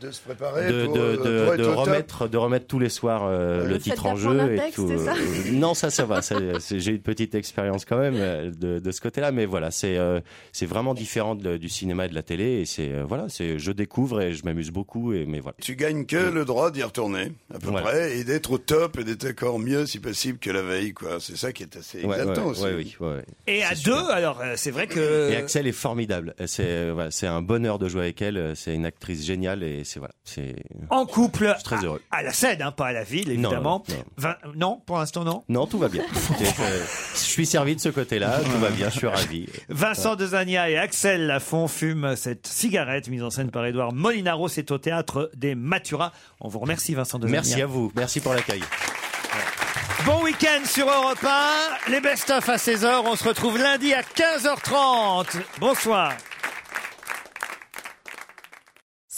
H: de- de se préparer
N: de,
H: pour,
N: de-
H: euh,
N: de-
H: pour être
N: de
H: au top.
N: remettre, de remettre tous les soirs euh, le
M: Le fait
N: titre en
M: d'apprendre un
N: jeu.
M: texte,
N: et tout.
M: c'est ça
N: Euh, non, ça, ça va. ça, c'est- J'ai une petite expérience quand même euh, de, de ce côté-là. Mais voilà, c'est euh, c'est vraiment différent de- du cinéma et de la télé. Et c'est euh, voilà, c'est je découvre et je m'amuse beaucoup. Et, mais voilà.
H: Tu gagnes que le droit d'y retourner, à peu
N: Voilà.
H: près, et d'être au top et d'être encore mieux, si possible, que la veille, quoi. C'est ça qui est assez
N: Ouais, ouais,
H: exaltant aussi.
N: ouais, oui, ouais, ouais.
C: Et à deux, alors, euh, c'est vrai que.
N: Et Axel est formidable. C'est euh, voilà, c'est un bonheur de jouer avec elle. euh, C'est une actrice géniale et c'est voilà. C'est
C: En couple.
N: suis très heureux.
C: À, à la scène, hein, pas à la ville, évidemment.
N: non, non.
C: Vin- Non, pour l'instant, non.
N: non, tout va bien. *laughs* Écoutez, je, je suis servi de ce côté-là. Tout va bien. Je suis ravi.
C: Vincent Dezania et Axel Lafont fument cette cigarette mise en scène par Édouard Molinaro. C'est au théâtre des Maturats. On vous remercie, Vincent Dezania.
N: Merci à vous. Merci pour l'accueil.
C: Bon week-end sur Europe 1. Les best-of à 16h. On se retrouve lundi à 15h30. Bonsoir.